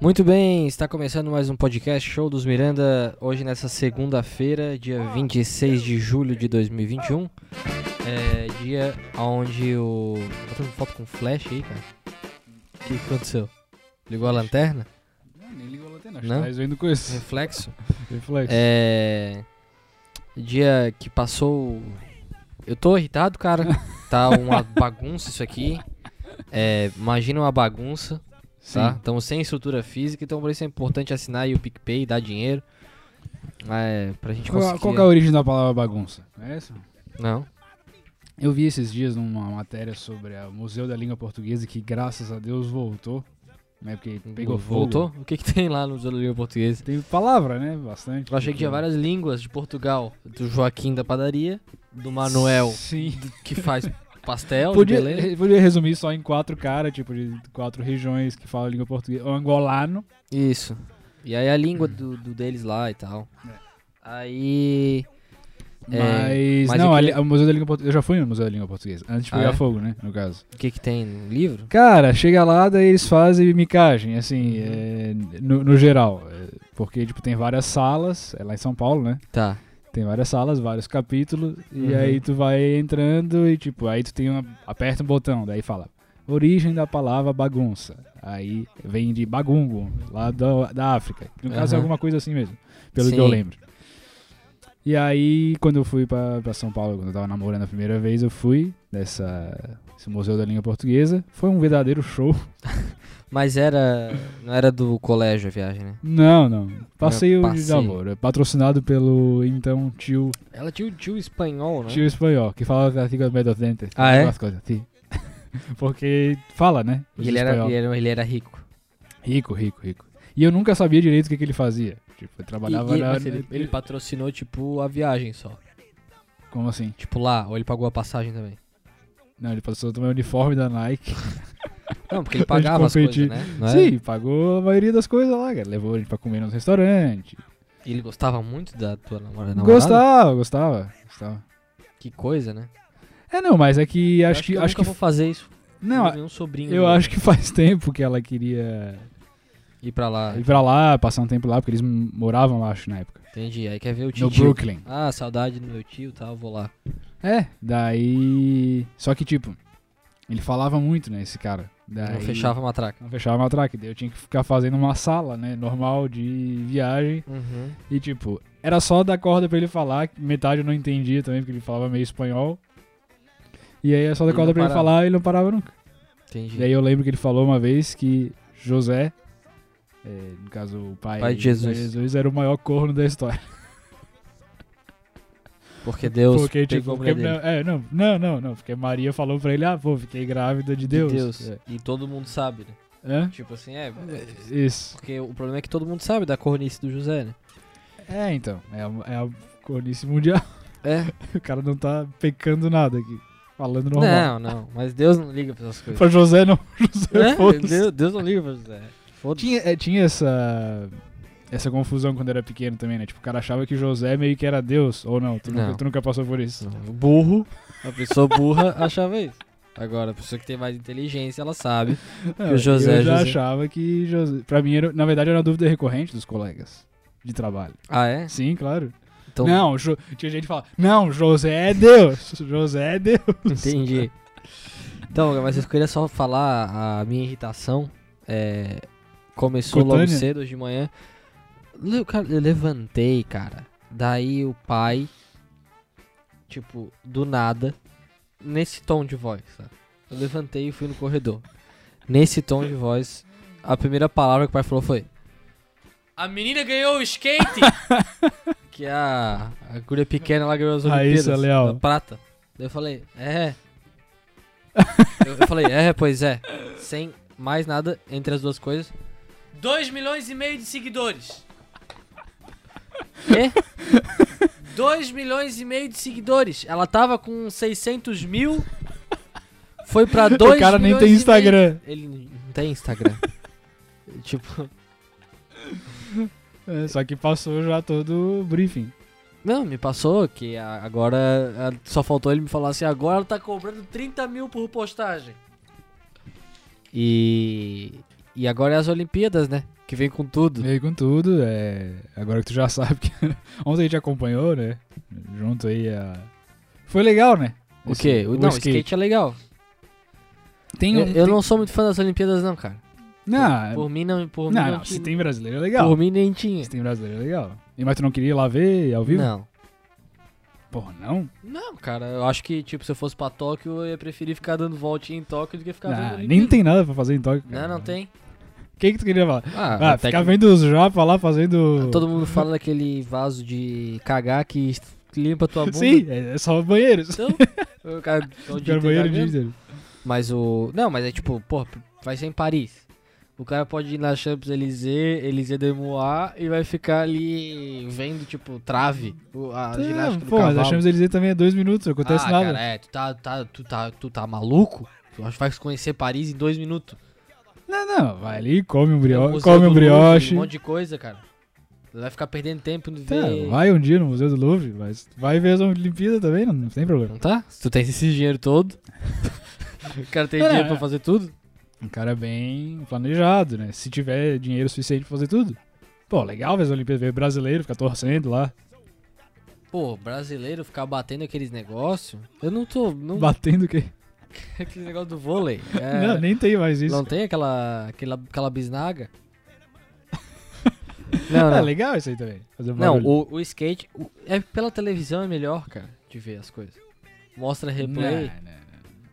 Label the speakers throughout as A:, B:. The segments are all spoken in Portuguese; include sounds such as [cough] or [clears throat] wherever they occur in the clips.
A: Muito bem, está começando mais um podcast Show dos Miranda, hoje nessa segunda-feira, dia 26 de julho de 2021. É, dia onde o. Tá tendo foto com flash aí, cara? O que que aconteceu? Ligou a lanterna?
B: Não, nem ligou a lanterna, acho
A: Não?
B: que tá resolvendo com esse
A: Reflexo?
B: reflexo.
A: É. Dia que passou. Eu tô irritado, cara. Tá uma bagunça isso aqui. É, imagina uma bagunça,
B: Sim.
A: tá? Estamos sem estrutura física, então por isso é importante assinar aí o PicPay, dar dinheiro. É, pra gente
B: Qual,
A: conseguir.
B: qual que é a origem da palavra bagunça? É essa?
A: Não.
B: Eu vi esses dias numa matéria sobre a- o Museu da Língua Portuguesa, que graças a Deus voltou, né, porque pegou fogo.
A: Voltou? O que, que tem lá no Zoológico Português?
B: Tem palavra, né, bastante.
A: Eu achei que tinha várias línguas de Portugal. Do Joaquim da padaria, do Manuel [laughs]
B: Sim.
A: que
B: [laughs]
A: faz pastel,
B: Podia,
A: de Belém.
B: eh, [laughs] podia resumir só em quatro caras, tipo, de quatro regiões que falam a língua portuguesa. O angolano.
A: Isso. E aí a língua do, do deles lá e tal.
B: Hum. É.
A: Aí. É,
B: mas,
A: mas
B: não,
A: eu
B: a
A: queria-
B: li- o Museu da Língua Portuguesa. Eu já fui no Museu da Língua Portuguesa, antes de
A: Ah,
B: pegar
A: é?
B: fogo, né, no caso.
A: O que que tem no livro?
B: Cara, chega lá, daí eles fazem micagem, assim,
A: Uhum.
B: é, no, no geral. É, Porque, tipo, tem várias salas, é lá em São Paulo, né?
A: Tá.
B: Tem várias salas, vários capítulos, e
A: Uhum.
B: aí tu vai entrando e, tipo, aí tu tem uma, aperta um botão, daí fala, origem da palavra bagunça. Aí vem de bagungo, lá da, da África. No caso é
A: Aham.
B: alguma coisa assim mesmo, pelo que
A: Uhum. Sim.
B: eu lembro. E aí, quando eu fui pra, pra São Paulo, quando eu tava namorando a primeira vez, eu fui nessa, esse Museu da Língua Portuguesa. Foi um verdadeiro show.
A: Mas era. Não era do colégio a viagem, né?
B: Não, não. Passeio de
A: passeio.
B: namoro. Patrocinado pelo então um tio
A: Ela tinha o tio espanhol, né?
B: Tio espanhol, que fala assim com os meus dentes.
A: Ah, é?
B: As coisas, sim. [laughs] Porque fala, né?
A: E ele era,
B: Espanhol.
A: ele, era, ele era rico.
B: Rico, rico, rico. E eu nunca sabia direito o que, que ele fazia. Tipo, ele
A: E-
B: trabalhava
A: e-
B: na...
A: mas ele, ele patrocinou, tipo, a viagem só.
B: Como assim?
A: Tipo lá, ou ele pagou a passagem também.
B: Não, ele passou a tomar o uniforme da Nike.
A: Não,
B: [laughs]
A: porque ele
B: Pra gente
A: pagava as coisas,
B: competir.
A: né? Não era?
B: Sim, pagou a maioria das coisas lá, cara. Levou ele pra comer nos restaurantes.
A: E ele gostava muito da tua namora- namorada.
B: Gostava, gostava, gostava.
A: Que coisa, né?
B: É, não, mas é que
A: Eu
B: acho que...
A: eu
B: Acho
A: nunca
B: que
A: vou fazer isso.
B: não,
A: nenhum sobrinho.
B: eu
A: meu
B: acho que faz [laughs] tempo que ela queria
A: Ir pra lá.
B: ir pra lá, passar um tempo lá, porque eles moravam lá, acho, na época.
A: Entendi. Aí quer ver o tio.
B: No Brooklyn.
A: Ah, saudade do meu tio e tal, vou lá.
B: É, daí. Só que, tipo, ele falava muito, né, esse cara. Daí...
A: Eu fechava a matraca.
B: Não fechava uma track. Daí eu tinha que ficar fazendo uma sala, né, normal de viagem.
A: Uhum.
B: E, tipo, era só dar corda pra ele falar, que metade eu não entendia também, porque ele falava meio espanhol. E aí é só dar
A: Ele
B: corda
A: não
B: pra ele
A: parava. Uhum.
B: falar e ele não parava nunca.
A: Entendi.
B: Daí eu lembro que ele falou uma vez que José, é, no caso o pai,
A: Pai de Jesus.
B: era o maior corno da história.
A: porque Deus
B: porque,
A: pegou
B: tipo,
A: a mulher
B: porque,
A: dele.
B: não, é, não, não, não, não, porque Maria falou pra ele, ah, pô, fiquei grávida de Deus.
A: De Deus.
B: É.
A: E todo mundo sabe, né?
B: Hã?
A: Tipo assim, é.
B: Isso.
A: Porque o problema é que todo mundo sabe da cornice do José, né?
B: É, então, é, a- é a cornice mundial.
A: É.
B: [laughs] O cara não tá pecando nada aqui, falando
A: Não,
B: normal.
A: não. Mas Deus não liga pra essas coisas.
B: Pra José não, [laughs] José
A: Né?
B: foda-se.
A: Deus, Deus não liga pra José. Foda-se.
B: Tinha, é, tinha essa, essa confusão quando era pequeno também, né? Tipo, o cara achava que José meio que era Deus, ou não, tu, Nunca,
A: Não.
B: tu nunca passou por isso.
A: Não, Burro. A pessoa burra achava isso. Agora, a pessoa que tem mais inteligência, ela sabe.
B: Não,
A: o José,
B: eu já
A: José.
B: achava que José... Pra mim, era, na verdade, era uma dúvida recorrente dos colegas de trabalho.
A: Ah, é?
B: Sim, claro.
A: Então,
B: Não, Jo- tinha gente que fala, não, José é Deus, José é Deus.
A: Entendi.
B: [laughs]
A: Então, mas eu queria só falar a minha irritação. é, começou logo
B: Cutânea?
A: cedo, hoje de manhã. Le- cara, Eu levantei, cara. Daí o pai, tipo, do nada, nesse tom de voz, sabe? Eu levantei e fui no corredor. Nesse tom de voz, a primeira palavra que o pai falou foi: A menina ganhou o skate! [laughs] que a, a guria pequena lá ganhou as Olimpíadas.
B: Raíssa Leal.
A: da Prata. Daí eu falei: É. eu, eu falei: É, pois é. Sem mais nada entre as duas coisas. 2 milhões e meio de seguidores. É? 2 milhões e meio de seguidores. Ela tava com 600 mil. Foi pra 2 milhões
B: [laughs] o cara nem tem
A: e
B: Instagram.
A: meio. Ele não tem Instagram. [laughs] tipo...
B: É, só que passou já todo o briefing.
A: Não, me passou que a- agora... a- Só faltou ele me falar assim, agora ela tá cobrando 30 mil por postagem. E... E agora é as Olimpíadas, né? Que vem com tudo.
B: E aí com tudo, é... agora que tu já [laughs] sabe que ontem a gente acompanhou, né? Junto aí a. Foi legal, né?
A: o quê? O, não, skate. skate é legal.
B: Tem um-
A: eu, eu
B: tem-
A: não sou muito fã das Olimpíadas, não, cara.
B: Não,
A: Por mim não. Por mim
B: não,
A: não,
B: não, se
A: tinha-
B: tem brasileiro é legal.
A: Por mim nem tinha.
B: Se tem brasileiro é legal. E, mas tu não queria ir lá ver ao vivo?
A: Não.
B: Porra, não?
A: Não, cara, eu acho que, tipo, se eu fosse pra Tóquio, eu ia preferir ficar dando voltinha em Tóquio do que ficar
B: Ah,
A: vendo.
B: nem
A: Olimpíada.
B: tem nada pra fazer em Tóquio.
A: Não, não tem.
B: O que, que tu queria falar? Ah,
A: Ah, até
B: ficar
A: que- Ah,
B: vendo os japa lá fazendo.
A: Todo mundo fala daquele vaso de cagar que est- limpa
B: [laughs]
A: tua bunda.
B: Sim, é é só banheiros. [laughs]
A: Então, o cara, o dia
B: Ficar
A: inteiro
B: banheiro o dia
A: cagando.
B: inteiro.
A: Mas o. Não, mas é tipo, pô, vai ser em Paris. O cara pode ir na Champs-Élysées, Élysée de Mois e vai ficar ali vendo, tipo, trave. o- A ginástica
B: É,
A: do
B: Pô, mas
A: cavalo.
B: a Champs-Élysées também é dois minutos, não acontece
A: ah,
B: nada.
A: Cara, é, tu tá, tá, tu tá, tu tá maluco? Tu acha que vai conhecer Paris em dois minutos?
B: Não, não, vai ali, come um
A: É o
B: brioche.
A: Museu
B: Come um
A: do Louvre,
B: brioche.
A: Um monte de coisa, cara. Tu vai ficar perdendo tempo no
B: Tá,
A: ver.
B: vai um dia no Museu do Louvre, mas vai ver as Olimpíadas também, não, não tem problema.
A: Não tá? Se tu tem esse dinheiro todo. o cara tem
B: É.
A: dinheiro pra fazer tudo.
B: Um cara bem planejado, né? Se tiver dinheiro suficiente pra fazer tudo. Pô, legal ver as Olimpíadas, ver brasileiro, ficar torcendo lá,
A: Pô, brasileiro ficar batendo aqueles negócios. Eu não tô. Não...
B: batendo o quê?
A: [laughs] Aquele negócio do vôlei. É,
B: Não, nem tem mais isso.
A: não tem aquela, aquela, aquela
B: [laughs]
A: bisnaga? não,
B: Ah,
A: não.
B: legal isso aí também. Fazer um
A: Não,
B: barulho.
A: o, o skate. o- é pela televisão é melhor, cara, de ver as coisas. Mostra replay.
B: Não, não,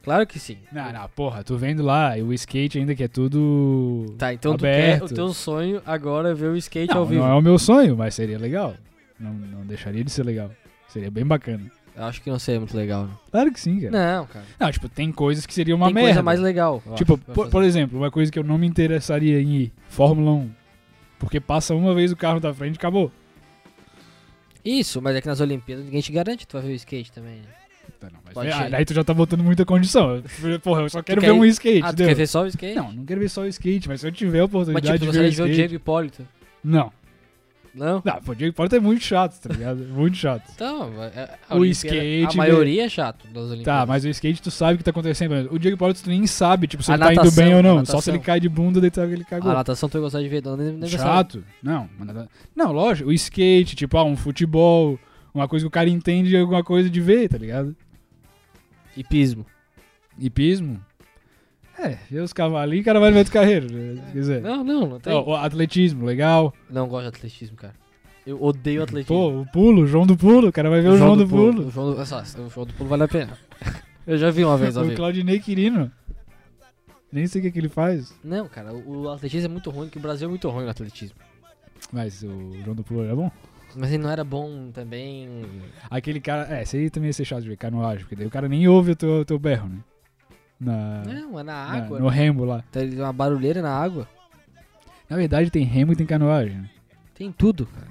A: Claro que sim.
B: não, não, porra, tu vendo lá, e o skate ainda que é tudo.
A: Tá, então tu quer.
B: Aberto.
A: O teu sonho agora é ver o skate
B: não,
A: ao vivo.
B: não é o meu sonho, mas seria legal. Não, não deixaria de ser legal. Seria bem bacana.
A: Eu acho que não seria muito legal. né?
B: Claro que sim, cara. um- Não,
A: Não, cara.
B: tipo, tem coisas que seria uma
A: Tem
B: merda.
A: coisa mais legal. eu
B: Tipo,
A: acho, pra
B: por,
A: fazer.
B: por exemplo, uma coisa que eu não me interessaria em ir, Fórmula 1. Porque passa uma vez o carro da frente e acabou.
A: Isso, mas é que nas Olimpíadas ninguém te garante que tu vai ver o skate também. né?
B: Tá, não, mas
A: Pode
B: aí,
A: ser.
B: aí tu já tá botando muita condição. Porra, eu só quero
A: quer
B: ver
A: ir-
B: um skate.
A: Ah, tu
B: deu.
A: quer ver só o skate?
B: Não, não quero ver só o skate, mas se eu tiver a
A: Mas
B: oportunidade
A: tipo, tu
B: de ver o
A: gostaria de ver o
B: skate...
A: Diego Hipólito.
B: Não.
A: Não?
B: Não, pô, o Diego Porta é muito chato, tá ligado? Muito chato.
A: Então, é- a
B: O
A: Olimpíada-
B: skate,
A: A maioria é chato das Olimpíadas.
B: Tá, mas o skate tu sabe o que tá acontecendo. mas O Diego Porta tu nem sabe, tipo, se
A: A
B: ele tá indo
A: natação,
B: bem ou
A: a
B: não. Só se
A: natação.
B: ele cai de bunda, daí tu sabe que ele
A: A
B: cagou.
A: natação é tu ia gostar de ver. Não, nem- nem gostava.
B: é Chato. Não, mas nada- não, lógico, o skate, tipo, ah, um futebol, uma coisa que o cara entende de alguma coisa de ver, tá ligado?
A: Hipismo.
B: Hipismo. É, ver os cavalinhos, o cara vai no meio do carreiro, né? quer dizer.
A: Não, não, não tem.
B: Ó, o atletismo, legal.
A: Não gosto de atletismo, cara. Eu odeio atletismo.
B: Pô, o pulo, o João do Pulo, o cara vai ver o João, do, Pulo.
A: O João do, Nossa, o João do pulo vale a
B: [laughs]
A: pena. Eu já vi uma vez ao
B: O
A: vivo.
B: Claudinei Quirino. Nem sei o que, que ele faz,
A: Não, cara, o o atletismo é muito ruim, que o Brasil é muito ruim no atletismo.
B: mas o João do Pulo era bom.
A: Mas ele não era bom também.
B: Aquele cara, é, esse aí também ia ser chato de ver, canoagem, porque daí o cara nem ouve o teu, teu berro, né? Na,
A: Não, é na
B: na-
A: água.
B: no remo lá.
A: Tá, ele- uma barulheira na água.
B: Na verdade, tem remo e tem canoagem. né?
A: Tem tudo. cara.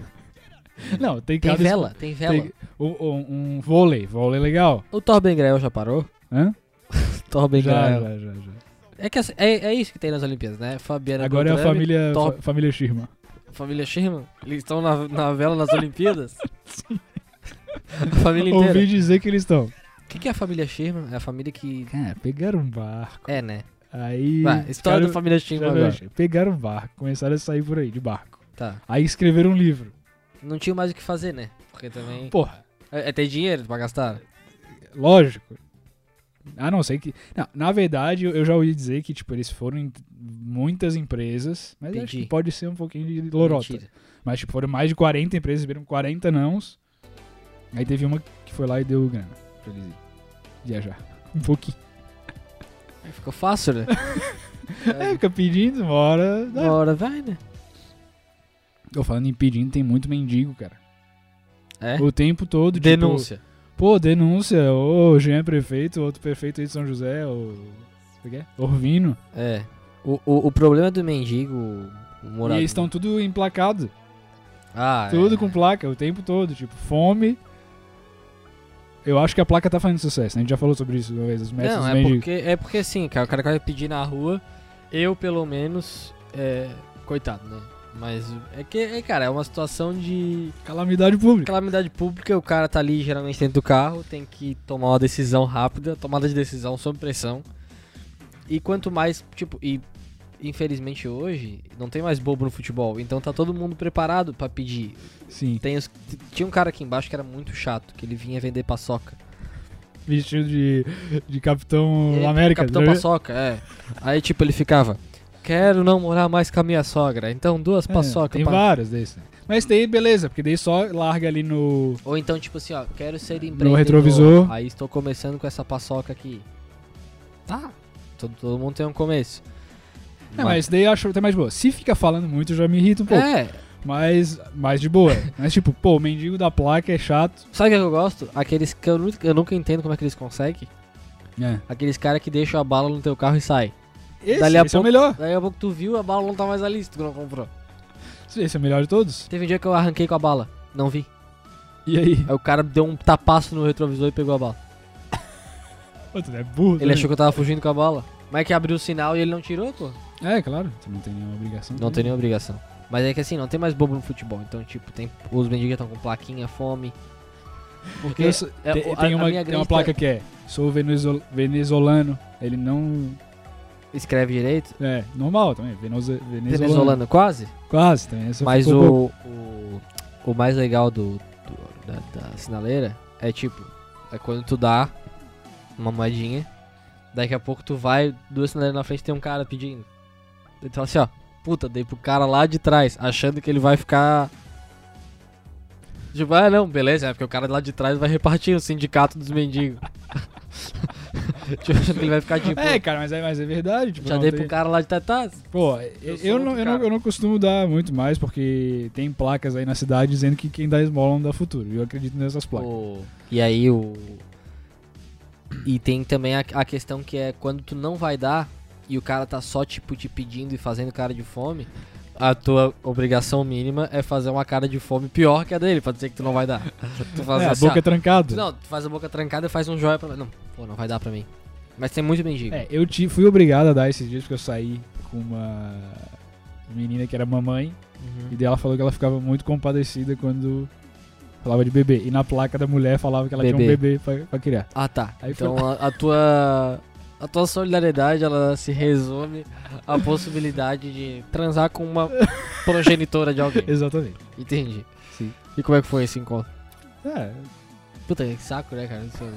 B: Não, tem
A: Tem
B: cada.
A: vela, tem vela.
B: Tem, o- o- um vôlei, vôlei legal.
A: O Torben Grael já parou?
B: Hã?
A: Torben
B: Já,
A: Grael.
B: já, já, já.
A: É, que essa- é, é isso que tem nas Olimpíadas, né? Fabiana
B: Agora é a
A: Beltrame,
B: família,
A: top.
B: fa- família Schirma.
A: Família Sherman? Eles estão na, na vela
B: [laughs]
A: nas Olimpíadas? A família inteira.
B: Ouvi dizer que eles estão.
A: O que, que é a família Sherman? É a família que.
B: Cara, pegaram um barco.
A: É, né?
B: Aí.
A: Vai, história da
B: ficaram-
A: família Sherman
B: já-
A: agora.
B: Pegaram um barco, começaram a sair por aí de barco.
A: Tá.
B: Aí escreveram um livro.
A: Não tinha mais o que fazer, né? Porque também.
B: Porra,
A: É, é ter dinheiro pra gastar?
B: lógico. A não ser que. Não, na verdade, eu eu já ouvi dizer que, tipo, eles foram em muitas empresas. Mas acho
A: Entendi.
B: que pode ser um pouquinho de lorota.
A: Mentira.
B: Mas tipo, foram mais de 40 empresas, receberam 40 nãos. Aí teve uma que foi lá e deu grana pra eles ir viajar. Um pouquinho. [laughs]
A: Aí Ficou fácil, né?
B: É, fica pedindo, uma hora.
A: É,
B: dá.
A: uma hora vai, né?
B: Tô falando em pedindo, tem muito mendigo, cara.
A: É.
B: O tempo todo. tipo,
A: Denúncia.
B: pô, denúncia. Ô, Jean é prefeito, outro prefeito aí de São José, o. O que é? Orvino.
A: É. O, o, o problema do mendigo
B: e
A: morador.
B: eles estão tudo emplacado.
A: Ah,
B: tudo
A: é.
B: com placa, o tempo todo. Tipo, fome. Eu acho que a placa tá fazendo sucesso, né? A gente já falou sobre isso uma vez, os métodos
A: Não,
B: dos
A: é
B: mendigos.
A: porque, é porque assim, cara, o cara que vai pedir na rua, eu pelo menos, é, coitado, né? Mas é que, é, cara, é uma situação de
B: Calamidade pública.
A: calamidade pública, o cara tá ali geralmente dentro do carro, tem que tomar uma decisão rápida, tomada de decisão sob pressão. E quanto mais, tipo, e infelizmente hoje, não tem mais bobo no futebol. Então tá todo mundo preparado pra pedir.
B: Sim.
A: Tem os- t- tinha um cara aqui embaixo que era muito chato, que ele vinha vender paçoca.
B: Vestido de, de Capitão
A: E aí,
B: América.
A: É, Capitão
B: tá vendo?
A: Paçoca, é. Aí, tipo, ele ficava. Quero não morar mais com a minha sogra. Então, duas
B: É,
A: paçoca.
B: Tem
A: pra-"
B: vários desses. né? Mas daí, beleza, porque daí só larga ali no.
A: Ou então, tipo assim, ó, quero ser empreendedor.
B: retrovisor.
A: Aí estou começando com essa paçoca aqui. Tá. Todo, todo mundo tem um começo.
B: É, mas daí eu acho até mais de boa. Se fica falando muito, já me irrita um pouco.
A: É,
B: Mas mais de
A: [laughs]
B: boa. mas tipo, pô, o mendigo da placa é chato.
A: sabe o que eu gosto? Aqueles que eu nunca, eu nunca entendo como é que eles conseguem.
B: É. Esse,
A: Aqueles caras que deixam a bala no teu carro e sai.
B: esse
A: Dali a
B: é o
A: pouco-
B: melhor.
A: Daí a pouco tu viu, a bala não tá mais ali se tu não comprou.
B: Esse é o melhor de todos.
A: Teve um dia que eu arranquei com a bala. Não vi.
B: E aí?
A: Aí o cara deu um tapaço no retrovisor e pegou a bala.
B: Pô, tu é burro.
A: Ele
B: também.
A: achou que eu tava fugindo com a bala. Mas é que abriu o sinal e ele não tirou, pô.
B: É, claro. Tu não tem nenhuma obrigação.
A: Não tem
B: também.
A: nenhuma obrigação. Mas é que assim, não tem mais bobo no futebol. Então, tipo, tem os mendigos estão com plaquinha,
B: [laughs]
A: fome. Porque
B: Eu sou-
A: é,
B: tem,
A: o- a-
B: tem
A: a
B: uma,
A: minha
B: tem uma
A: grande-
B: placa que é: sou venezo- venezuelano. Ele não.
A: escreve direito.
B: É, normal também. Veneza, venezuelano.
A: Venezuelano quase.
B: Quase também. essa
A: Mas
B: ficou boa.
A: o, o. O mais legal do, do- da, da sinaleira é tipo, é quando tu dá uma moedinha, daqui a pouco tu vai, duas sinaleiras na frente tem um cara pedindo. Daí tu fala assim, ó, puta, dei pro cara lá de trás, achando que ele vai ficar. Tipo, ah não, beleza, é porque o cara lá de trás vai repartir o sindicato dos mendigos. [laughs] tipo, achando que ele vai ficar tipo.
B: É, cara, mas é, mas é verdade. Tipo,
A: já
B: não
A: dei
B: tem-
A: pro cara lá de trás. Tá,
B: Pô, eu,
A: sou
B: eu
A: outro
B: não, eu,
A: cara.
B: não, eu não costumo dar muito mais, porque tem placas aí na cidade dizendo que quem dá esmola não dá futuro. E eu acredito nessas placas.
A: O- E aí o. E tem também a, a questão que é quando tu não vai dar e o cara tá só tipo te pedindo e fazendo cara de fome, a tua obrigação mínima é fazer uma cara de fome pior que a dele, pra dizer que tu não vai
B: [laughs]
A: dar. tu faz
B: é, a
A: assim,
B: boca
A: ó,
B: trancada.
A: tu- não, tu faz a boca trancada e faz um joia pra mim. Não, pô, não vai dar pra mim. Mas tem muito mendigo.
B: É, eu te, fui obrigado a dar esses dias porque eu saí com uma menina que era mamãe. E
A: Uhum.
B: daí ela falou que ela ficava muito compadecida quando falava de bebê. E na placa da mulher falava que ela tinha um
A: Bebê.
B: bebê pra, pra criar.
A: Ah tá.
B: Aí
A: então a, a tua. A tua solidariedade, ela se resume à possibilidade de transar com
B: [laughs]
A: uma progenitora de alguém.
B: Exatamente.
A: Entendi.
B: Sim.
A: E como é que foi esse encontro?
B: É,
A: Puta, que saco, né, cara? Isso-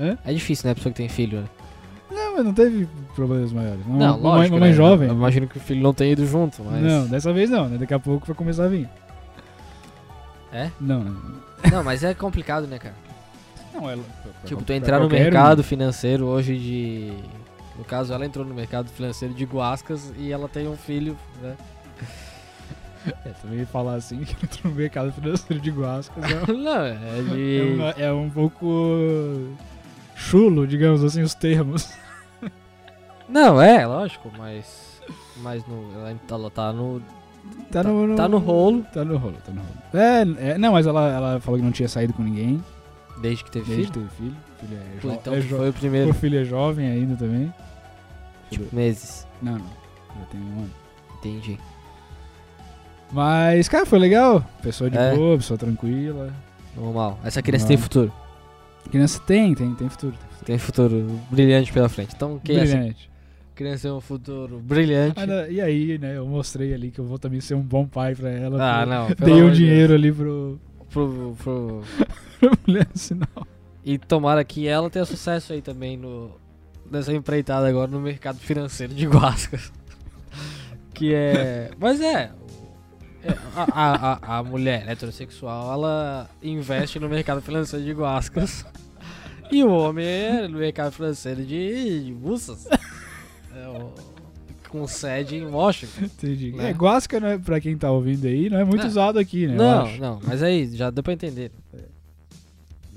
B: Hã?
A: É difícil, né? A pessoa que tem filho, né?
B: não, É, mas não teve problemas maiores. Não,
A: não,
B: mamãe,
A: lógico.
B: mamãe
A: né?
B: jovem.
A: Eu imagino que o filho não tenha ido junto, mas.
B: Não, dessa vez não, né? Daqui a pouco vai começar a vir.
A: É?
B: Não, né?
A: Não, mas é complicado, né, cara?
B: Não, ela.
A: tipo, tu entrar no
B: um.
A: mercado financeiro hoje de. No caso, ela entrou no mercado financeiro de Guascas e ela tem um filho, né?
B: É, também falar assim [laughs] que entrou no mercado financeiro de Guascas
A: [laughs]
B: é,
A: não, é
B: é
A: de.
B: uma- é um pouco. chulo, digamos assim, os termos.
A: Não, é, lógico, mas. Mas no... ela- ela tá no.
B: Tá no,
A: Tá no rolo.
B: Tá no rolo, tá no rolo. É, é, não, mas ela, ela falou que não tinha saído com ninguém
A: Desde que teve
B: desde
A: filho.
B: ter filho. Filho é,
A: Pô,
B: jo
A: então
B: é
A: tu
B: jo-
A: foi o primeiro.
B: O filho é jovem ainda também.
A: Tipo, meses.
B: Não, não. Já tem um ano.
A: Entendi.
B: Mas, cara, foi legal. Pessoa de
A: É.
B: boa, pessoa tranquila.
A: Normal. Essa criança tem
B: Não.
A: futuro.
B: Criança tem, tem, tem futuro. Tem futuro.
A: Tem futuro brilhante pela frente. Então, quem é essa
B: Brilhante.
A: criança tem um futuro brilhante.
B: Ah, não, e aí, né, eu mostrei ali que eu vou também ser um bom pai pra ela.
A: Ah,
B: porque
A: não. pelo
B: Dei o
A: amor de
B: um dinheiro ali pro, [laughs]
A: Deus. Pro, pro-
B: pra mulher no sinal.
A: E tomara que ela tenha sucesso aí também no... nessa empreitada agora no mercado financeiro de Guascas. [laughs] que é. Mas é. é, A, a, a, a mulher heterossexual ela investe no mercado financeiro de Guascas. E o homem é no mercado financeiro de, de Bussas. É o- Com sede em Washington.
B: Entendi.
A: Né?
B: É, guasca, não é, pra quem tá ouvindo aí, não é muito
A: É.
B: usado aqui, né? eu
A: Não,
B: acho.
A: não, mas aí já deu pra entender.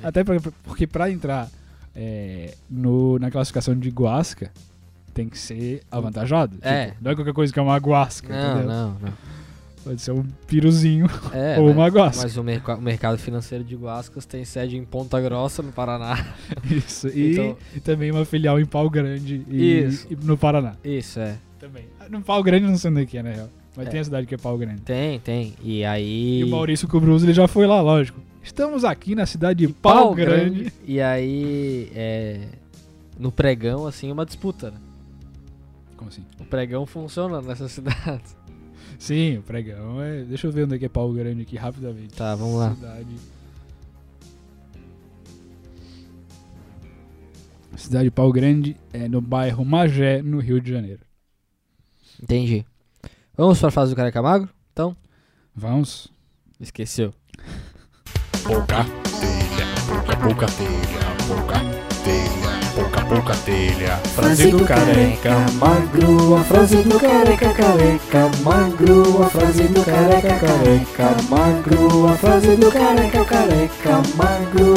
B: Até pra- porque pra entrar é, no, na classificação de guasca, tem que ser avantajado.
A: É.
B: Tipo, não é qualquer coisa que é uma guasca,
A: Não,
B: entendeu?
A: não, não.
B: [laughs] Pode ser um piruzinho
A: É,
B: ou
A: mas-
B: uma guasca.
A: Mas o, merca- o mercado financeiro de Guascas tem sede em Ponta Grossa, no Paraná.
B: [laughs]
A: [laughs]
B: Isso. E
A: Então-
B: também uma filial em Pau Grande e,
A: Isso.
B: e no Paraná.
A: Isso, é.
B: Também. Ah, No Pau Grande não sei onde é que é, na real. Mas
A: É.
B: tem a cidade que é Pau Grande.
A: Tem, tem. E
B: E,
A: aí.
B: o Maurício Cubruz, ele já foi lá, lógico. Estamos aqui na cidade de Pau, Grande.
A: é E aí. É, no pregão, assim, uma disputa, né?
B: Como assim?
A: O pregão funciona nessa [laughs] cidade.
B: Sim, o pregão é. Deixa eu ver onde é que é pau grande aqui rapidamente.
A: Tá, vamos lá.
B: Cidade. Cidade de Pau Grande é no bairro Magé, no Rio de Janeiro.
A: Entendi. Vamos pra fase do careca magro? Então,
B: Vamos?
A: esqueceu.
C: pouca telha, pouca, pouca telha, pouca telha, pouca, pouca telha. Frase do careca magro, a frase do careca careca magro, a frase do careca careca magro, a frase do careca careca magro.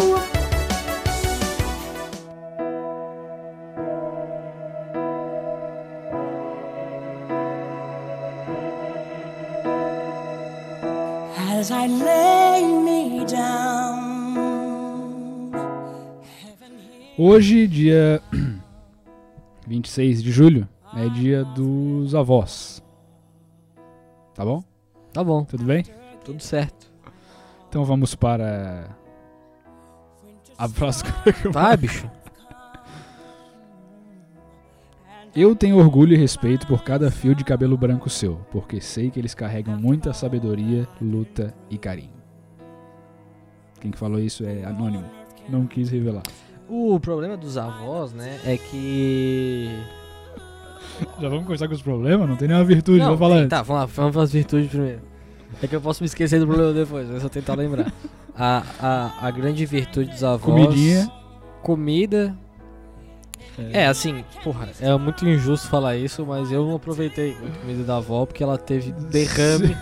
D: As I lay me down, heaven hears
B: Hoje, dia [clears throat] 26 de julho, é dia dos avós. Tá bom?
A: Tá bom,
B: Tudo bem?
A: tudo
B: [laughs]
A: certo.
B: Então vamos para a próxima.
A: Vai, Tá, bicho.
B: Eu tenho orgulho e respeito por cada fio de cabelo branco seu, porque sei que eles carregam muita sabedoria, luta e carinho. Quem que falou isso é anônimo. Não quis revelar.
A: O problema dos avós, né, é que...
B: Já vamos começar com os problemas? Não tem nenhuma virtude,
A: Não,
B: vou falar.
A: tá, vamos lá, vamos para as virtudes primeiro. É que eu posso me esquecer do problema depois, é só tentar lembrar. A, a, a grande virtude dos avós...
B: Comidinha.
A: Comida...
B: É.
A: É, assim, porra, é muito injusto falar isso, mas eu não aproveitei a comida da avó porque ela teve
B: [laughs]
A: derrame.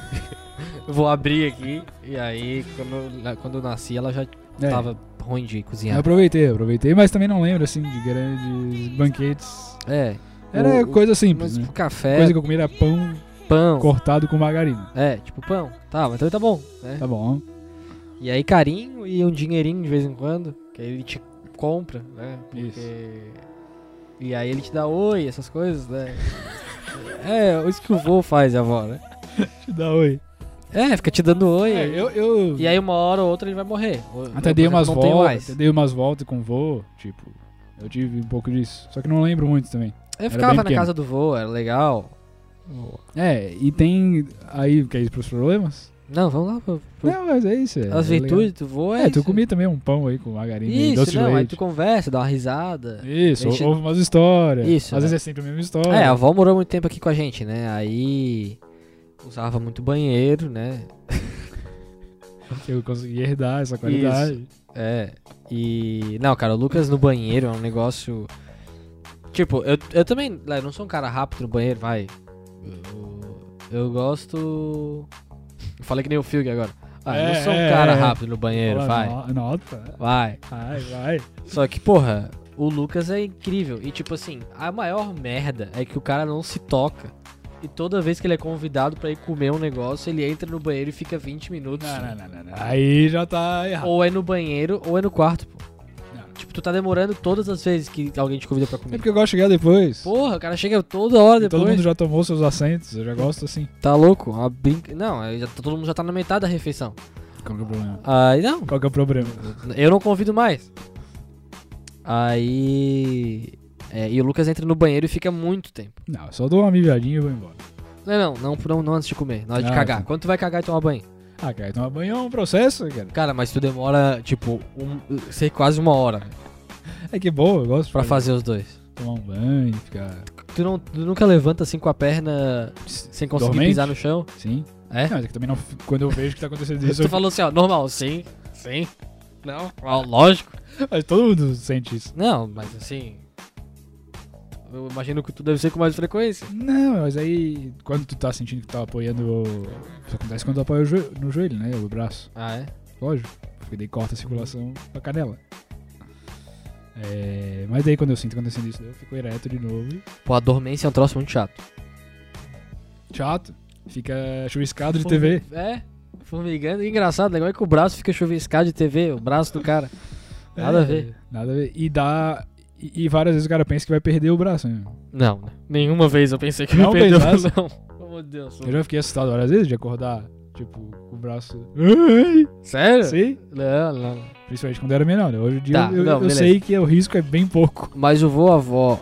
A: Eu Vou abrir aqui, e aí, quando, eu- quando eu nasci, ela já
B: É,
A: tava ruim de
B: eu
A: cozinhar.
B: aproveitei, aproveitei, mas também não lembro assim de grandes banquetes.
A: É,
B: Era
A: O- o-
B: coisa simples,
A: mas é.
B: né?
A: pro café,
B: Coisa que eu comia era pão
A: pão,
B: cortado com margarina.
A: É, tipo pão. Tá, mas então tá bom, né?
B: Tá bom.
A: E aí carinho e um dinheirinho de vez em quando, que aí ele te compra, né? Porque... E aí ele te dá oi, essas coisas, né? [laughs] é, isso que o vô faz, a avó, né?
B: Te dá oi.
A: É, fica te dando oi.
B: É, eu, eu...
A: E aí uma hora ou outra ele vai morrer. Ou-
B: Até
A: ou,
B: dei
A: por
B: umas
A: exemplo, não tem
B: voltas, até
A: mais.
B: dei umas voltas com voo, tipo, eu tive um pouco disso. Só que não lembro muito também.
A: Eu ficava na
B: pequeno.
A: casa do vô, era legal.
B: É, e tem aí, quer ir pros problemas?
A: Não, vamos lá. pô. Pô,
B: Não, mas é isso. É,
A: As
B: é legal.
A: virtudes do vô é
B: É, tu
A: isso.
B: comia também um pão aí com margarina e doce
A: Isso,
B: de
A: não, aí
B: leite.
A: tu
B: É.
A: conversa, dá uma risada.
B: Isso,
A: Enche-
B: ouve umas histórias.
A: Isso,
B: Às
A: né?
B: vezes é sempre a mesma história.
A: É, a avó morou muito tempo aqui com a gente, né? Aí usava muito banheiro, né?
B: Eu consegui herdar essa qualidade.
A: É. E. Não, cara, o Lucas no banheiro é um negócio. Tipo, eu, eu também. Eu não sou um cara rápido no banheiro, vai. Eu, eu gosto. Eu falei que nem o Fiuk agora. Ah, eu não
B: É,
A: sou um
B: é,
A: cara
B: é.
A: rápido no banheiro,
B: Fala,
A: vai.
B: no- Nota. né?
A: Vai.
B: Vai, vai.
A: Só que, porra, o Lucas é incrível. E, tipo assim, a maior merda é que o cara não se toca. E toda vez que ele é convidado pra ir comer um negócio, ele entra no banheiro e fica 20 minutos.
B: Não, não, não, não, não. Aí já tá errado.
A: Ou é no banheiro, ou é no quarto, pô.
B: Não.
A: Tipo, tu tá demorando todas as vezes que alguém te convida pra
B: É
A: comer.
B: porque Ah. eu gosto de chegar depois.
A: Porra, o cara chega toda hora
B: E
A: depois.
B: Todo mundo já tomou seus assentos, eu já gosto assim.
A: Tá louco? Uma brinca... Não, aí já tá- todo mundo já tá na metade da refeição.
B: Qual que é o problema?
A: Aí não,
B: Qual que é o problema?
A: Eu não convido mais. Aí. é, e o Lucas entra no banheiro e fica muito tempo.
B: Não, eu só dou uma miviadinha e vou embora.
A: Não, não, não, não, não antes de comer, na hora de
B: Ah,
A: cagar.
B: tá.
A: Quando tu vai cagar e tomar banho?
B: Ah, cara, tomar banho é um processo, cara.
A: Cara, mas tu demora, tipo, um, sei quase uma hora né,
B: É que boa, eu gosto de
A: pra fazer os dois.
B: tomar um banho, ficar.
A: Tu, não, tu nunca levanta assim com a perna sem conseguir
B: Dormente?
A: pisar no chão?
B: Sim.
A: É?
B: Não, mas é que também não. Quando eu vejo que
A: [laughs]
B: tá acontecendo isso.
A: Tu
B: eu-
A: falou assim, ó, normal, sim, sim. Não, ó, lógico.
B: Mas todo mundo sente isso.
A: Não, mas assim. Eu imagino que tu deve ser com mais frequência.
B: Não, mas aí. Quando tu tá sentindo que tá apoiando. o- Isso acontece quando tu apoia o joelho- no joelho, né? O braço.
A: Ah, é?
B: Lógico. Porque daí corta a circulação da canela. É, mas daí quando eu sinto acontecendo isso, eu fico ereto de novo. e-
A: Pô, a dormência é um troço muito chato.
B: Chato. Fica chuviscado de
A: Formi-
B: TV.
A: É, formigando. E Engraçado, o negócio é que o braço fica chuviscado de TV, o braço do cara. Nada a
B: É,
A: ver.
B: Nada a ver. E dá. E, e várias vezes o cara pensa que vai perder o braço, né?
A: Não, né? nenhuma vez eu pensei que
B: Não
A: eu ia perder o [laughs]
B: pensasse?
A: não. Pelo amor de Deus.
B: Eu já fiquei assustado várias vezes de acordar, tipo, com o braço. Ai,
A: Sério?
B: Sei.
A: Não, não.
B: Principalmente quando era menor, né? Hoje em dia
A: É. Tá,
B: eu,
A: não,
B: eu
A: beleza.
B: sei que o risco é bem pouco.
A: Mas o vô avó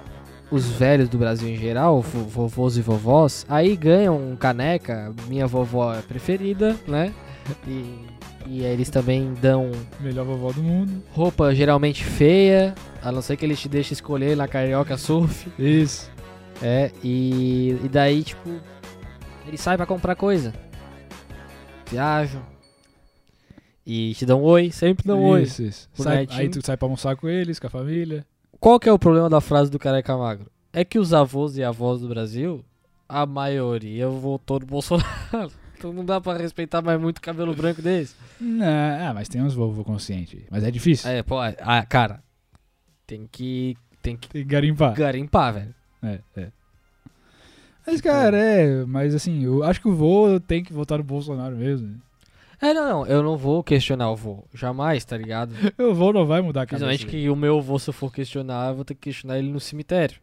A: os velhos do Brasil em geral, vo- vovôs e vovós, aí ganham um caneca, minha vovó é preferida, né? E, e aí eles também dão
B: [laughs] Melhor vovó do mundo.
A: roupa geralmente feia, a não ser que eles te deixem escolher na carioca surf.
B: Isso.
A: É, e, e daí, tipo, ele sai pra comprar coisa. Viajam. E te dão oi, sempre dão oi.
B: isso, isso.
A: Pro
B: Sai-
A: netinho.
B: aí tu sai pra almoçar com eles, com a família.
A: Qual que é o problema da frase do careca magro? É que os avós e avós do Brasil, a maioria votou no Bolsonaro. [laughs] Então não dá pra respeitar mais muito o cabelo branco desse.
B: Não, ah, mas tem uns vovô consciente. Mas é difícil.
A: É, pô, é- ah, cara, tem que, tem que
B: Tem que garimpar.
A: garimpar, velho.
B: É, é. Mas, cara, é. Mas assim, eu acho que o vô tem que votar no Bolsonaro mesmo. né?
A: É, não, não, eu não vou questionar o vô, jamais, tá ligado?
B: O vô não vai mudar a cabeça.
A: Principalmente
B: dele.
A: que o meu avô, se eu for questionar, eu vou ter que questionar ele no cemitério.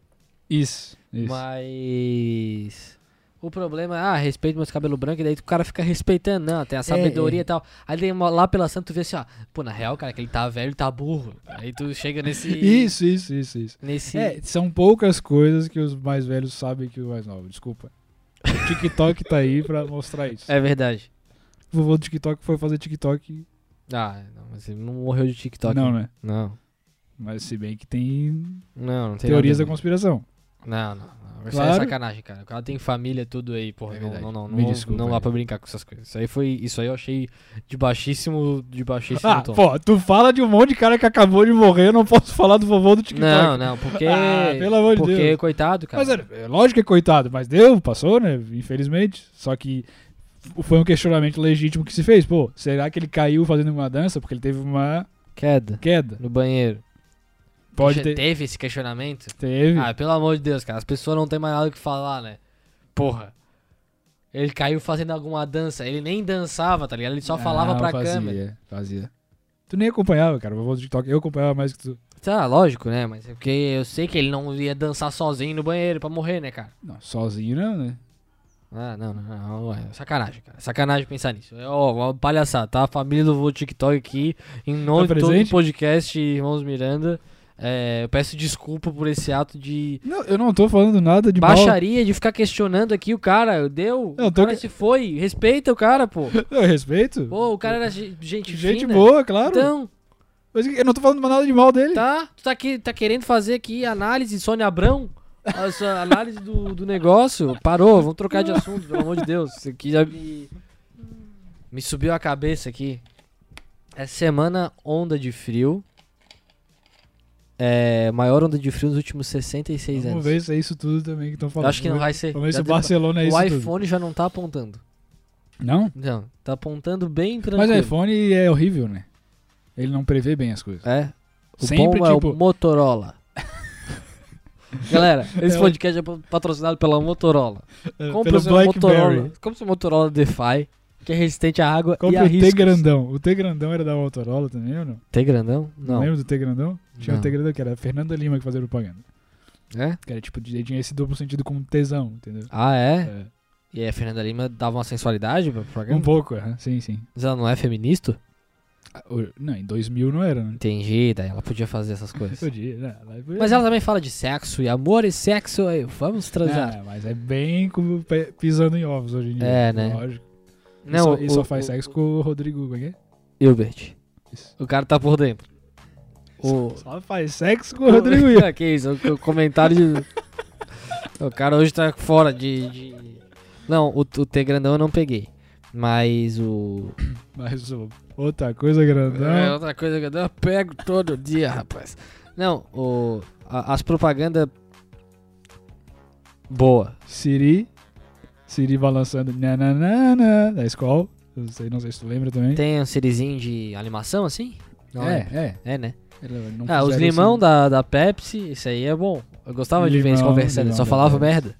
B: Isso, isso.
A: Mas. O problema é, ah, respeito meus cabelo branco, e daí o cara fica [laughs] respeitando, não, tem a sabedoria
B: é.
A: e tal. Aí daí, uma- lá pela santa tu vê assim, ó, pô, na real, cara, que ele tá velho, tá burro. Aí tu chega nesse.
B: Isso, isso, isso, isso.
A: Nesse.
B: É, são poucas coisas que os mais velhos sabem que os mais novos. Desculpa. O TikTok tá aí pra mostrar isso.
A: É verdade.
B: O vovô do TikTok foi fazer TikTok.
A: Ah, não, mas ele não morreu de TikTok.
B: Não,
A: né?
B: né?
A: Não.
B: Mas se bem que tem
A: Não, não tem
B: teorias da
A: nada. a ver.
B: conspiração.
A: Não, não. não. Isso aí é
B: Claro.
A: sacanagem, cara. O cara tem família, tudo aí, porra.
B: É
A: não,
B: verdade.
A: não, não,
B: Me
A: não,
B: desculpa né?
A: não dá
B: aí.
A: pra brincar com essas coisas. Isso aí foi. Isso aí eu achei de baixíssimo. De baixíssimo
B: Ah,
A: tom.
B: pô, tu fala de um monte de cara que acabou de morrer, eu não posso falar do vovô do TikTok.
A: Não, não, porque.
B: [laughs] Ah, pelo amor de
A: porque,
B: Deus.
A: coitado, cara.
B: Mas é, é lógico que é coitado, mas deu, passou, né? Infelizmente. Só que f- foi um questionamento legítimo que se fez. Pô, será que ele caiu fazendo uma dança? Porque ele teve uma
A: Queda
B: queda.
A: no banheiro.
B: Pode
A: Já
B: ter.
A: Teve esse questionamento?
B: Teve.
A: Ah, pelo amor de Deus, cara. As pessoas não têm mais nada o que falar, né? Porra. Ele caiu fazendo alguma dança. Ele nem dançava, tá ligado? Ele só falava
B: Ah,
A: pra
B: fazia,
A: câmera.
B: Fazia. Tu nem acompanhava, cara. O vovô do TikTok. Eu acompanhava mais que tu.
A: Tá, lógico, né? Mas é porque eu sei que ele não ia dançar sozinho no banheiro pra morrer, né, cara?
B: Não, sozinho não, né?
A: Ah, não, não, não. não, é Sacanagem, cara. Sacanagem pensar nisso. É, Ó, uma palhaçada, tá? A família do Vô TikTok aqui, em nome de todo o
B: Tá presente?
A: podcast, Irmãos Miranda. é, eu peço desculpa por esse ato de
B: Não, eu não tô falando nada de mal.
A: baixaria, de ficar questionando aqui o cara. Deu?
B: Não,
A: o
B: tô
A: cara
B: que-
A: se foi. Respeita o cara, pô.
B: [laughs] Eu respeito.
A: Pô, o cara era ge- gente
B: Gente
A: fina.
B: boa, claro.
A: Então,
B: Mas eu não tô falando nada de mal dele.
A: tá? Tu tá, aqui, tá querendo fazer aqui análise Sônia Abrão? A sua análise do, do negócio? Parou, vamos trocar de assunto, pelo amor de Deus. Isso aqui já me, me subiu a cabeça aqui. Essa semana, onda de frio. É, maior onda de frio nos últimos 66
B: Vamos
A: anos.
B: ver se é isso tudo também que estão falando.
A: Eu acho que não vai ser.
B: Vamos ver se
A: Já
B: o
A: deu-
B: Barcelona é isso
A: o
B: tudo.
A: iPhone já não tá apontando.
B: Não?
A: Não, tá apontando bem
B: Mas
A: tranquilo.
B: o iPhone é horrível, né? Ele não prevê bem as coisas.
A: É. O
B: Sempre,
A: bom é
B: tipo-
A: o
B: [laughs]
A: Motorola. Galera, esse
B: É o-
A: podcast é patrocinado pela Motorola. Compre o seu Motorola. Compre o seu Motorola DeFi, que é resistente à água e
B: Compra
A: a
B: o T
A: riscos.
B: grandão. O T grandão era da Motorola também, ou não?
A: T grandão? Não.
B: Lembra do T grandão? Tinha
A: Não.
B: o T grandão que era a Fernanda Lima que fazia propaganda.
A: É?
B: Que era tipo, de- tinha esse duplo sentido com tesão, entendeu?
A: Ah, é?
B: É.
A: E a Fernanda Lima dava uma sensualidade pra
B: Um
A: propaganda?
B: pouco, aham, sim, sim.
A: Mas ela não é feminista?
B: Ah, o- Não, em 2000 não era, né?
A: Entendi, daí ela podia fazer essas coisas.
B: Podia, né? Ela-
A: Mas ela também fala de sexo e amor e sexo, aí, vamos transar.
B: Ah, mas é bem como pe- pisando em ovos hoje em dia.
A: É, né?
B: Lógico.
A: Não,
B: e só,
A: o-
B: e só
A: o-
B: faz
A: o-
B: sexo com o Rodrigo, como é que é?
A: Hilbert.
B: Isso.
A: O cara tá por dentro. O,
B: Só faz sexo com o Rodrigo
A: [laughs]
B: Hilbert.
A: Ah, que isso, o o comentário de... O cara hoje tá fora de... de- Não, o, o T grandão eu não peguei. Mas o...
B: Mas ô, outra coisa grandão.
A: É outra coisa que eu pego todo dia, rapaz. Não, o... a- as propagandas... Boa.
B: Siri. Siri balançando. Nananana, da escola. Não sei, não sei se tu lembra também.
A: Tem um serizinho de animação, assim? Não
B: é,
A: lembro.
B: é.
A: É, né?
B: Ele- não
A: Ah, os
B: fizeram
A: limão
B: isso.
A: da, da Pepsi, isso aí é bom. Eu gostava de ver eles
B: assim. Limão,
A: conversando, eles só
B: limão da
A: falavam
B: Pepsi.
A: merda.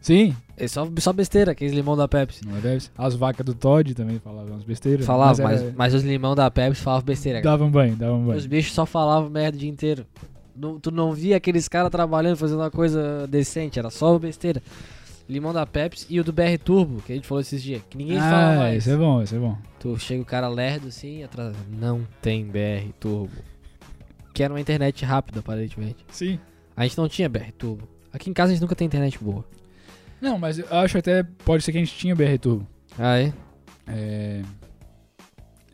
B: Sim.
A: Eles só, só besteira, aqueles limão da Pepsi.
B: Não é deve- As vacas do Todd também falavam umas besteiras.
A: Falavam, mas,
B: era-
A: mas os limão da Pepsi falavam besteira. cara.
B: Davam banho, davam
A: Os
B: banho.
A: bichos só falavam merda o dia inteiro. Não- tu não via aqueles caras trabalhando, fazendo uma coisa decente, era só besteira. Limão da Pepsi e o do BR Turbo, que a gente falou esses dias, que ninguém fala
B: Ah,
A: mais.
B: isso é bom, isso é bom.
A: Tu chega o cara lerdo assim, atrás, não tem BR Turbo. Que era uma internet rápida, aparentemente.
B: Sim.
A: A gente não tinha BR Turbo. Aqui em casa a gente nunca tem internet boa.
B: Não, mas eu acho até. Pode ser que a gente tinha BR Turbo.
A: Ah, é?
B: É.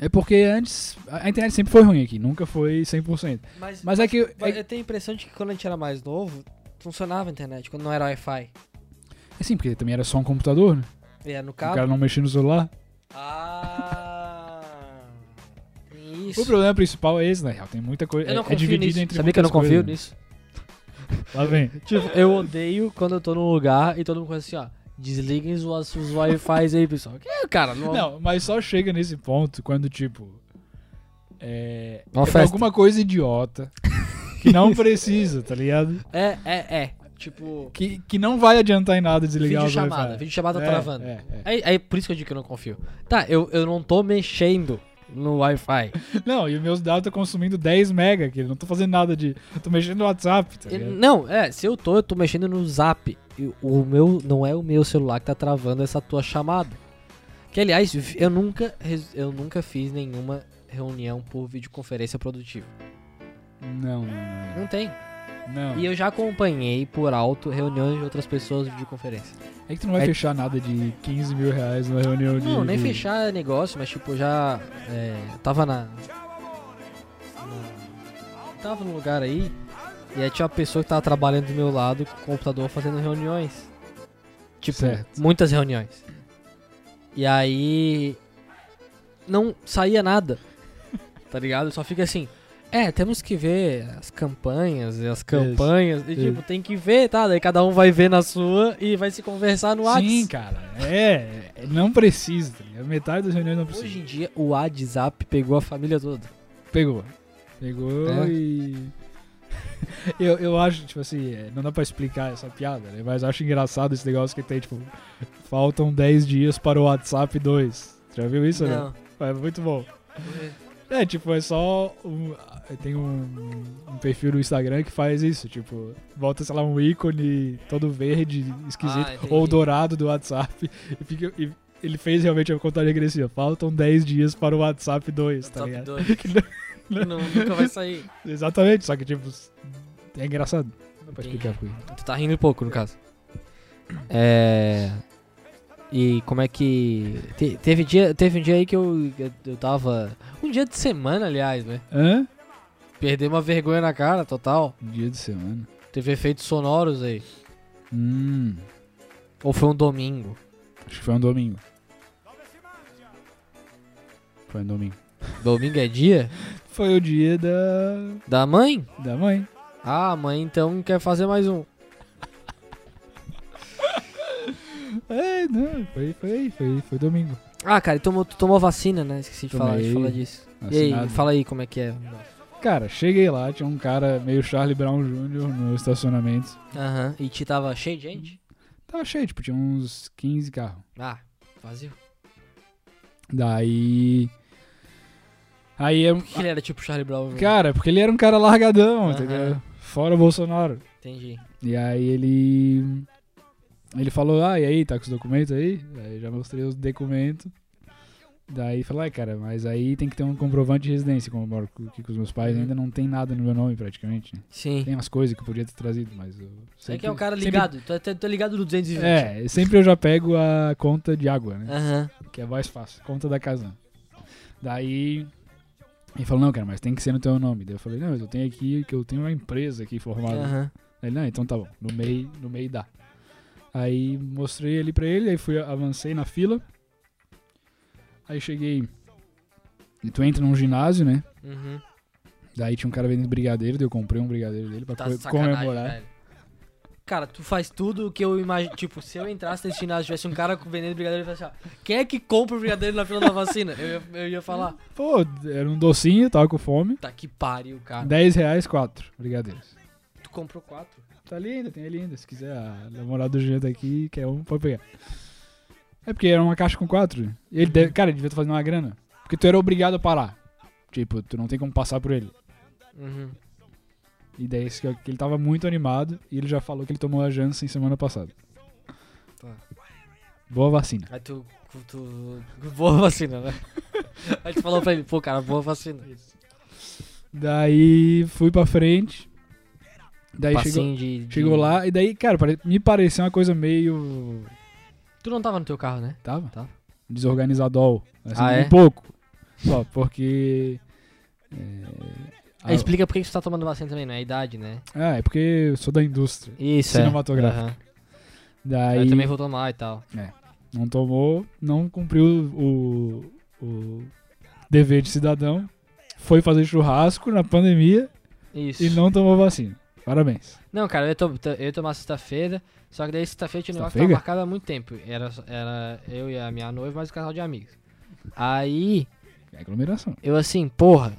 B: É porque antes. A a internet sempre foi ruim aqui, nunca foi 100%. Mas é que. é-
A: eu tenho a impressão de que quando a gente era mais novo, funcionava a internet, quando não era Wi-Fi.
B: É sim, porque também era só um computador, né?
A: E era no
B: O
A: cabo.
B: cara não mexia no celular.
A: Ah. Tem isso.
B: O problema principal é esse, na real. Tem muita coisa.
A: Eu não
B: é- é
A: confio
B: dividido
A: nisso.
B: entre
A: Sabia que eu não
B: muitas
A: confio
B: coisas. né?
A: nisso?
B: Lá vem.
A: Tipo, eu odeio quando eu tô num lugar e todo mundo começa assim, ó. Desliguem os, os Wi-Fi aí, pessoal. Que, é, cara? Não.
B: Não, mas só chega nesse ponto quando, tipo. É.
A: Uma
B: é pra
A: festa.
B: alguma coisa
A: [laughs]
B: idiota. Que não precisa, tá ligado?
A: É, é, é. Tipo,
B: Que, que não vai adiantar em nada desligar
A: vídeo
B: o Wi-Fi.
A: chamada. Vídeo chamada tá
B: É,
A: travando.
B: é, é.
A: Aí, aí por isso que eu digo que eu não confio. Tá, eu, eu não tô mexendo no Wi-Fi.
B: Não, e meus dados estão consumindo 10 mega aqui. Não tô fazendo nada de. eu Tô mexendo no WhatsApp, tá
A: Eu-
B: ligado?
A: Não, é, se eu tô, eu tô mexendo no zap. E o meu, não é o meu celular que tá travando essa tua chamada. Que, aliás, vi- eu nunca, res- eu nunca fiz nenhuma reunião por videoconferência produtiva.
B: Não, não,
A: Não tem.
B: não.
A: E eu já acompanhei por alto reuniões de outras pessoas de videoconferência.
B: É que tu não vai
A: É-
B: fechar nada de 15 mil reais numa reunião de.
A: Não, nem
B: de-
A: fechar negócio, mas tipo, já é, tava na, na- Tava num lugar aí, e aí tinha uma pessoa que tava trabalhando do meu lado com o computador fazendo reuniões. Tipo,
B: Certo.
A: muitas reuniões. E aí. Não saía
B: [laughs]
A: nada. Tá ligado? Só fica assim. É, temos que ver as campanhas e as campanhas. E tipo, tem que ver, tá? Daí cada um vai ver na sua e vai se conversar no WhatsApp.
B: Sim, cara. É, é, não precisa. tá ligado? Metade das reuniões não precisa.
A: Hoje em dia, o WhatsApp pegou a família toda.
B: Pegou. Pegou
A: É.
B: e. [laughs] eu, eu acho, tipo assim, é, não dá pra explicar essa piada, né? Mas eu acho engraçado esse negócio que tem, tipo, faltam 10 dias para o WhatsApp 2. Já viu isso, né? [laughs] É muito bom. É, tipo, é só. Um, tem um, um perfil no Instagram que faz isso, tipo, volta, sei lá, um ícone todo verde, esquisito,
A: Ah, entendi.
B: ou dourado do WhatsApp, e fica. e ele fez realmente a contagem regressiva. assim, Faltam 10 dias para o WhatsApp 2, tá
A: WhatsApp
B: ligado?
A: 2. Não, nunca
B: [laughs]
A: vai sair.
B: Exatamente, só que tipo. É engraçado. Não pode explicar por quê.
A: Tu tá rindo pouco, no caso. É. E como é que. te- teve, dia, teve um dia aí que eu, eu, eu tava. Um dia de semana, aliás, né?
B: Hã?
A: Perdei uma vergonha na cara total.
B: Dia de semana.
A: Teve efeitos sonoros aí.
B: Hum.
A: Ou foi um domingo.
B: Acho que foi um domingo. Foi um domingo.
A: Domingo é dia?
B: Foi o dia da.
A: Da mãe?
B: da mãe.
A: Ah, a mãe então quer fazer mais um.
B: É, não, foi, foi, foi, foi domingo.
A: Ah, cara, e tomou, tu tomou vacina, né? Esqueci de falar, de
B: Tomei.
A: falar disso. E aí,
B: Assinado.
A: fala aí como é que é.
B: Cara, cheguei lá, tinha um cara meio Charlie Brown Jr. no estacionamento.
A: Aham. E te tava cheio de gente?
B: Tava cheio, tipo, tinha uns 15 carros.
A: Ah, vazio.
B: Daí. Aí é.
A: Por que ele era tipo Charlie Brown? né?
B: Cara, porque ele era um cara largadão,
A: Aham.
B: entendeu? Fora o Bolsonaro.
A: Entendi.
B: E aí ele. Ele falou, ah, e aí, tá com os documentos aí? Aí eu já mostrei os documentos. Daí falou, ai, cara, mas aí tem que ter um comprovante de residência, como eu moro com- aqui com os meus pais,
A: Uhum.
B: ainda não tem nada no meu nome praticamente. né?
A: Sim.
B: Tem umas coisas que eu podia ter trazido, mas eu.
A: Você
B: sempre-
A: que é um cara
B: sempre-
A: ligado. Tô, tô- tô ligado no 220.
B: É, sempre eu já pego a conta de água, né?
A: Aham.
B: Que é mais fácil, conta da casa. Daí. Ele falou, não, cara, mas tem que ser no teu nome. Daí eu falei, não, mas eu tenho aqui, que eu tenho uma empresa aqui formada.
A: Aham.
B: Aí Ele, não, então tá bom, no meio, no meio dá. Aí mostrei ali pra ele, aí fui, avancei na fila. Aí cheguei. E tu entra num ginásio, né?
A: Uhum.
B: Daí tinha um cara vendendo brigadeiro, daí eu comprei um brigadeiro dele pra
A: Tá
B: co-
A: de sacanagem,
B: comemorar.
A: velho. Cara, tu faz tudo o que eu imagino. Tipo, se eu entrasse nesse ginásio e tivesse um cara com vendendo brigadeiro, eu ia achar. Quem é que compra o brigadeiro na fila da vacina? Eu ia, eu ia falar.
B: Pô, era um docinho, tava com fome.
A: Tá que pariu, cara.
B: 10 reais, 4 brigadeiros.
A: Tu comprou quatro.
B: Tá ali ainda, tem ali ainda. Se quiser, a namorada do Jean tá aqui, quer um, pode pegar. É porque era uma caixa com quatro. E ele deve, cara, ele devia estar fazendo uma grana. Porque tu era obrigado a parar. Tipo, tu não tem como passar por ele.
A: Uhum.
B: E daí isso que eu- que ele tava muito animado e ele já falou que ele tomou a Janssen semana passada.
A: Tá.
B: Boa vacina.
A: Aí tu, tu. Boa vacina, né? [laughs] Aí tu falou pra ele, pô, cara, boa vacina.
B: Daí fui pra frente. Daí chegou,
A: passinho de, de-
B: chegou lá, e daí, cara, pare- me pareceu uma coisa meio.
A: Tu não tava no teu carro, né?
B: Tava?
A: Tava.
B: Desorganizador. Assim,
A: Ah, é?
B: Um pouco. Só, porque. É, a-
A: Aí Explica por que que tu tá tomando vacina também, não é a idade, né?
B: Ah, é porque eu sou da indústria.
A: Isso,
B: Cinematográfica.
A: Aham.
B: Daí.
A: Eu também vou tomar e tal.
B: Não tomou, não cumpriu o, o dever de cidadão, foi fazer churrasco na pandemia
A: Isso.
B: e não tomou vacina. Parabéns.
A: Não, cara, eu ia, to- eu ia tomar sexta-feira, só que daí sexta-feira eu tinha um negócio que tava
B: Sexta-feira?
A: marcado há muito tempo. Era, era eu e a minha noiva, mais um casal de amigos. Aí,
B: É aglomeração.
A: eu assim, porra,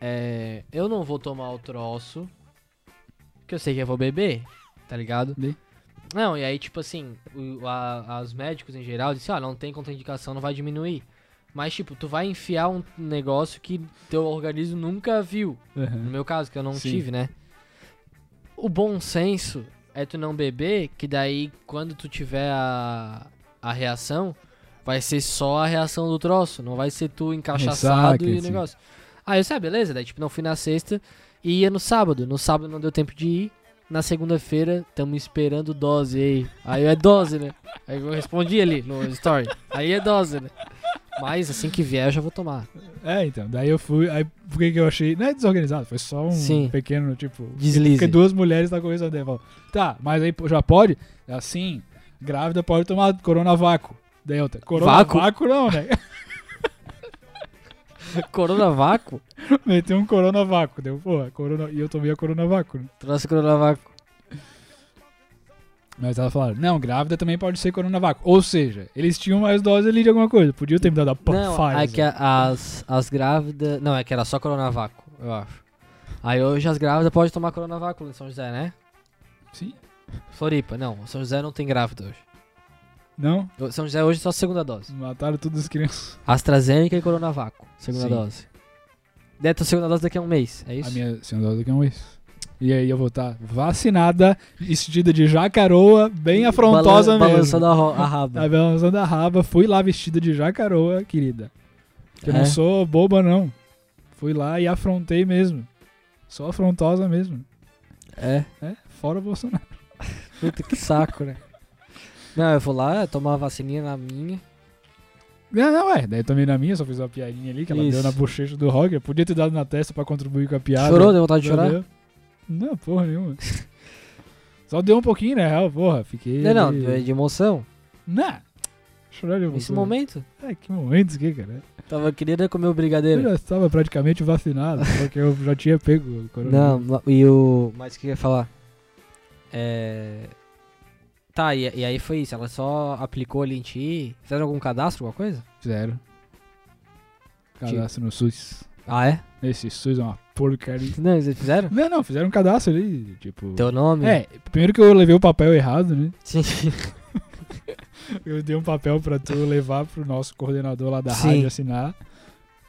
A: é, eu não vou tomar o troço, que eu sei que eu vou beber, tá ligado?
B: Bem.
A: Não, e aí, tipo assim, o, a- os médicos em geral disseram, ah, não tem contraindicação, não vai diminuir. Mas, tipo, tu vai enfiar um negócio que teu organismo nunca viu. No meu caso, que eu não
B: Sim.
A: tive, né? O bom senso é tu não beber, que daí quando tu tiver a, a reação, vai ser só a reação do troço, não vai ser tu encaixaçado
B: Ressaca,
A: e o
B: assim.
A: negócio. Aí eu sei, ah, beleza, daí tipo, não fui na sexta e ia no sábado. No sábado não deu tempo de ir. Na segunda-feira, tamo esperando dose aí. Aí é dose, né? Aí eu respondi ali no story. Aí é dose, né? Mas assim que vier, eu já vou tomar.
B: É, então. Daí eu fui. Aí por que que eu achei. Não é desorganizado, foi só um
A: Sim.
B: pequeno, tipo. Porque
A: Deslize.
B: duas mulheres na conversa dela. falou, Tá, mas aí pô, já pode? Assim, grávida pode tomar coronavaco. Delta. Coronavaco não, né? [laughs]
A: Coronavaco?
B: Meteu um coronavaco. Deu, porra, corona... E eu tomei a coronavaco, né?
A: Trouxe coronavaco.
B: Mas ela falaram, não, grávida também pode ser coronavac. Ou seja, eles tinham mais doses ali de alguma coisa. Podia ter me dado a p-
A: Não, é que
B: Pfizer.
A: a- as, as grávidas. Não, é que era só Coronavaco, eu acho. Aí hoje as grávidas podem tomar Coronavaco em São José, né?
B: Sim.
A: Floripa, não. São José não tem grávida hoje.
B: Não?
A: O- São José hoje é só segunda dose.
B: Mataram todas as crianças.
A: AstraZeneca e Coronavaco, segunda
B: Sim.
A: dose. Deve ter segunda dose daqui a um mês, é isso?
B: A minha senhora dose que é um ex. E aí eu vou estar vacinada, vestida de jacaroa, bem afrontosa
A: Balan-
B: mesmo.
A: Balançando a, ro- a
B: Tá
A: raba.
B: balançando a raba, fui lá vestida de jacaroa, querida. Que eu
A: É?
B: não sou boba, não. Fui lá e afrontei mesmo. Sou afrontosa mesmo.
A: É,
B: É, fora o Bolsonaro.
A: puta que saco, né? Não, eu vou lá tomar uma vacininha na minha.
B: Não, não, é. Daí eu tomei na minha, só fiz uma piadinha ali que ela
A: Isso.
B: deu na bochecha do Roger. Podia ter dado na testa pra contribuir com a piada.
A: Chorou? Deu vontade de
B: Não
A: chorar?
B: deu. Não, porra nenhuma. só deu um pouquinho, né? real, porra, fiquei.
A: Não, não, é
B: ali-
A: de de emoção.
B: Não. Chorar de emoção.
A: Nesse momento,
B: Ai, É, que momento isso aqui, cara.
A: tava querendo comer o
B: Eu
A: brigadeiro.
B: já estava
A: [laughs]
B: praticamente vacinado, porque eu já tinha pego o
A: Não,
B: coronavírus.
A: ma- e o. Mas o que eu ia falar? É. Tá, e, e aí foi isso. Ela só aplicou ali em ti. Fizeram algum cadastro, alguma coisa?
B: Zero. Cadastro no SUS.
A: Ah, é?
B: Esse SUS é uma porcaria.
A: Não, eles fizeram?
B: Não, não, fizeram um cadastro ali, tipo.
A: Teu nome?
B: É, primeiro que eu levei o papel errado, né?
A: [laughs] Sim.
B: Eu dei um papel pra tu levar pro nosso coordenador lá da
A: Sim.
B: rádio assinar.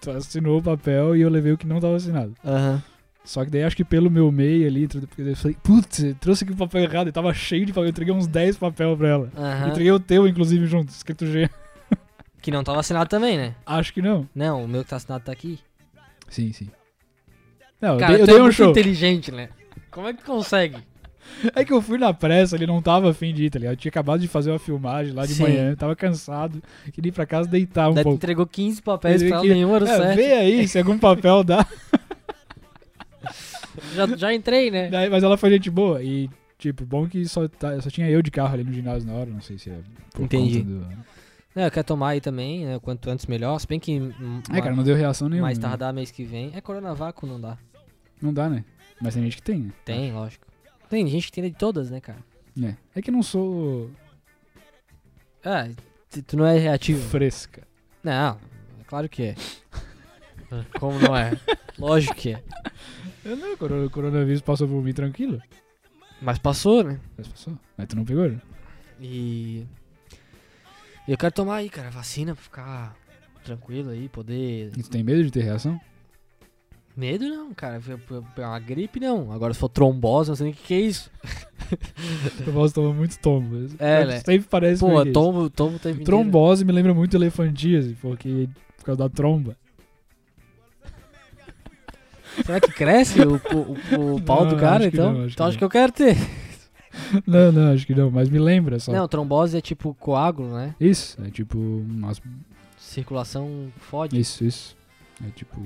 B: Tu assinou o papel e eu levei o que não tava assinado.
A: Aham.
B: Só que daí acho que pelo meu e-mail ali, tudo, porque daí eu falei, putz, eu trouxe aqui o papel errado, e tava cheio de papel, eu entreguei uns 10 papel pra ela. Eu
A: Aham.
B: Entreguei o teu, inclusive, junto, escrito G.
A: Que não tava assinado também, né?
B: Acho que não.
A: Não, o meu que tá assinado tá aqui.
B: Sim, sim. Não,
A: Cara,
B: eu dei, eu
A: tu
B: dei
A: é
B: um
A: muito
B: show.
A: inteligente, né? Como é que tu consegue?
B: É que eu fui na pressa, ele não tava afim de ir, tá ligado? Eu tinha acabado de fazer uma filmagem lá de
A: Sim.
B: manhã, tava cansado, queria ir pra casa deitar [laughs] um
A: Daí tu
B: pouco.
A: entregou 15 papéis
B: Ele
A: pra ela,
B: que-
A: nenhum era o
B: É,
A: certo.
B: vê aí se algum papel dá.
A: Já, já entrei, né?
B: Daí, mas ela foi gente boa e, tipo, bom que só, tá- só tinha eu de carro ali no ginásio na hora, não sei se é por
A: Entendi.
B: conta do... É,
A: Não, eu quero tomar aí também, né? Quanto antes melhor. Se bem que. hum,
B: É, cara, não deu reação nenhuma.
A: mais
B: né?
A: tardar mês que vem. É Coronavaco, não dá.
B: Não dá, né? Mas tem gente que tem, né?
A: Tem, lógico. Tem gente que tem de todas, né, cara?
B: É, é que eu não sou
A: Ah, tu- tu não é reativo.
B: fresca.
A: Não, é claro que é. [laughs] Como não é? Lógico que é.
B: Eu não, o corona- o coronavírus passou por mim tranquilo.
A: Mas passou, né?
B: Mas passou. Mas tu não pegou, né?
A: E. e Eu quero tomar aí, cara, vacina pra ficar tranquilo aí, poder.
B: E tu tem medo de ter reação?
A: Medo não, cara. Pe- pe- pe- Uma gripe não. Agora se for trombose, não sei nem o que, que é isso.
B: Eu posso tomar muito tombo.
A: É,
B: Mas
A: né?
B: Sempre parece
A: Pô,
B: meio que é isso.
A: tombo, tombo tem.
B: Trombose me lembra muito elefantíase, porque por causa da tromba.
A: Será que cresce o, o, o pau
B: Não,
A: do cara,
B: acho que
A: então?
B: não, acho que
A: então acho
B: não.
A: que eu quero ter.
B: [laughs] Não, não, acho que não, mas me lembra só.
A: Não, trombose é tipo coágulo, né?
B: Isso, é tipo. umas-
A: Circulação fode.
B: Isso, isso. É tipo.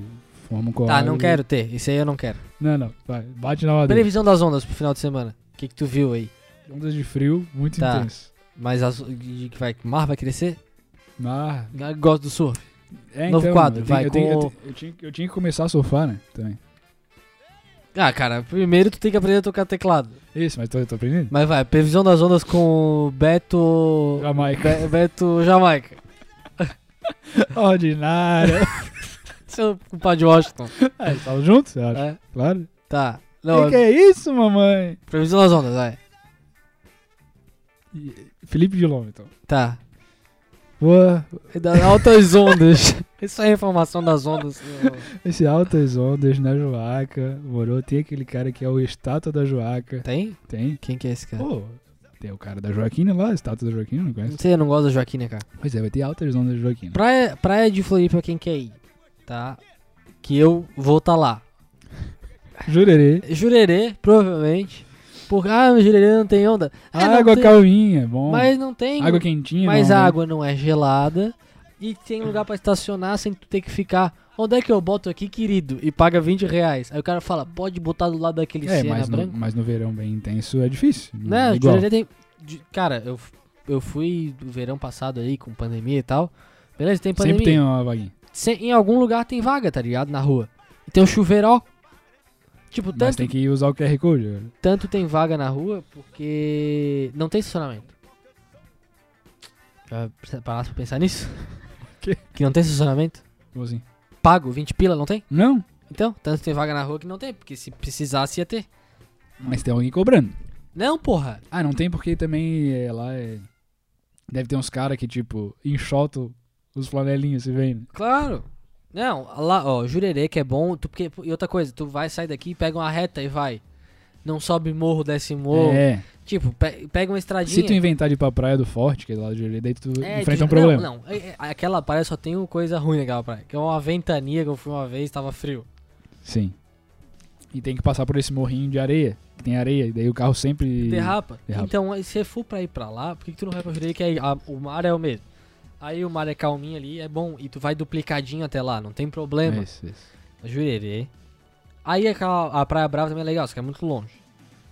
B: Forma um
A: Tá, não
B: coágulo.
A: quero ter. Isso aí eu não quero.
B: Não, não, vai. Bate na madeira.
A: Previsão das ondas pro final de semana. O que, que tu viu aí?
B: Ondas de frio muito
A: Tá.
B: intensas.
A: Mas as, e que vai, mar vai crescer?
B: Ah,
A: Eu Gosto do surf.
B: é,
A: Novo
B: então,
A: quadro,
B: eu tenho-
A: vai,
B: eu tenho- eu
A: com-
B: tenho- eu tinha- eu tinha que começar a surfar, né? Também.
A: Ah, cara, primeiro tu tem que aprender a tocar teclado.
B: Isso, mas tô, eu tô aprendendo.
A: Mas vai, previsão das ondas com o Beto.
B: Jamaica. é
A: Be- Beto Jamaica. [laughs]
B: Ordinária.
A: Seu compadre Washington.
B: é, tava juntos, eu acho.
A: É,
B: Claro.
A: tá.
B: O
A: Não,
B: que, que é isso, mamãe?
A: previsão das ondas, vai.
B: E- Felipe de Lomé, então.
A: Tá.
B: Boa,
A: E da- Altas ondas. [laughs] Isso é a informação das ondas.
B: Esse Altas Ondas na Joaca, morou. Tem aquele cara que é o estátua da Joaca.
A: Tem?
B: Tem?
A: Quem que é esse cara?
B: Pô, tem o cara da Joaquina lá, a estátua da Joaquina, não
A: Não
B: conhece?
A: sei, eu não gosto da Joaquina, cara.
B: Pois é, vai ter Altas Ondas da Joaquina.
A: Praia, praia de Floripa, é quem quer ir? Tá? Que eu vou tá lá.
B: Jurerê.
A: Jurerê, provavelmente. Porque, ah, no Jurerê não tem onda. É, não
B: água
A: tem,
B: calminha, bom.
A: Mas não tem.
B: água quentinha.
A: mas
B: não,
A: a
B: né?
A: água não é gelada. E tem lugar pra estacionar sem tu ter que ficar. Onde é que eu boto aqui, querido? E paga 20 reais. Aí o cara fala, pode botar do lado daquele
B: É,
A: cena
B: mas no,
A: branco.
B: mas no verão bem intenso é difícil.
A: Né?
B: Igual.
A: Jurerê tem. de- Cara, eu, f- eu fui do verão passado aí com pandemia e tal. Beleza, tem pandemia.
B: Sempre tem uma vaguinha.
A: Se- em algum lugar tem vaga, tá ligado? Na rua. E tem um chuveiró. Tipo,
B: Mas
A: tanto
B: tem que usar o QR Code.
A: tanto tem vaga na rua porque não tem estacionamento.
B: É.
A: Já parasse pra pensar
B: [laughs]
A: nisso?
B: quê?
A: Que não tem estacionamento?
B: Como assim?
A: Pago, 20 pila, não tem?
B: Não,
A: Então, tanto tem vaga na rua que não tem, porque se precisasse ia ter.
B: mas tem alguém cobrando.
A: Não, porra!
B: Ah, não tem porque também é, lá é. Deve ter uns caras que, tipo, enxotam os flanelinhos, se vem.
A: Claro! Não, lá, ó, Jurerê que é bom, tu, porque, e outra coisa, tu vai, sai daqui, pega uma reta e vai. Não sobe morro, desce morro.
B: É.
A: Tipo, pe- pega uma estradinha.
B: Se tu inventar de ir pra praia do forte, que é lá de direito, daí tu
A: É,
B: enfrenta
A: de-
B: um problema.
A: Não, não. É, é, Aquela praia só tem uma coisa ruim naquela praia. Que é uma ventania que eu fui uma vez, tava frio.
B: Sim. E tem que passar por esse morrinho de areia, que tem areia, e daí o carro sempre.
A: Derrapa.
B: derrapa.
A: Então, aí, se você for pra ir pra lá, por que, que tu não vai pra Jurerê que aí a- o mar é o mesmo? Aí o mar é calminho ali, é bom. E tu vai duplicadinho até lá, não tem problema. É
B: Isso, É isso.
A: Jurerê. Aí aquela, a Praia Brava também é legal, só que é muito longe.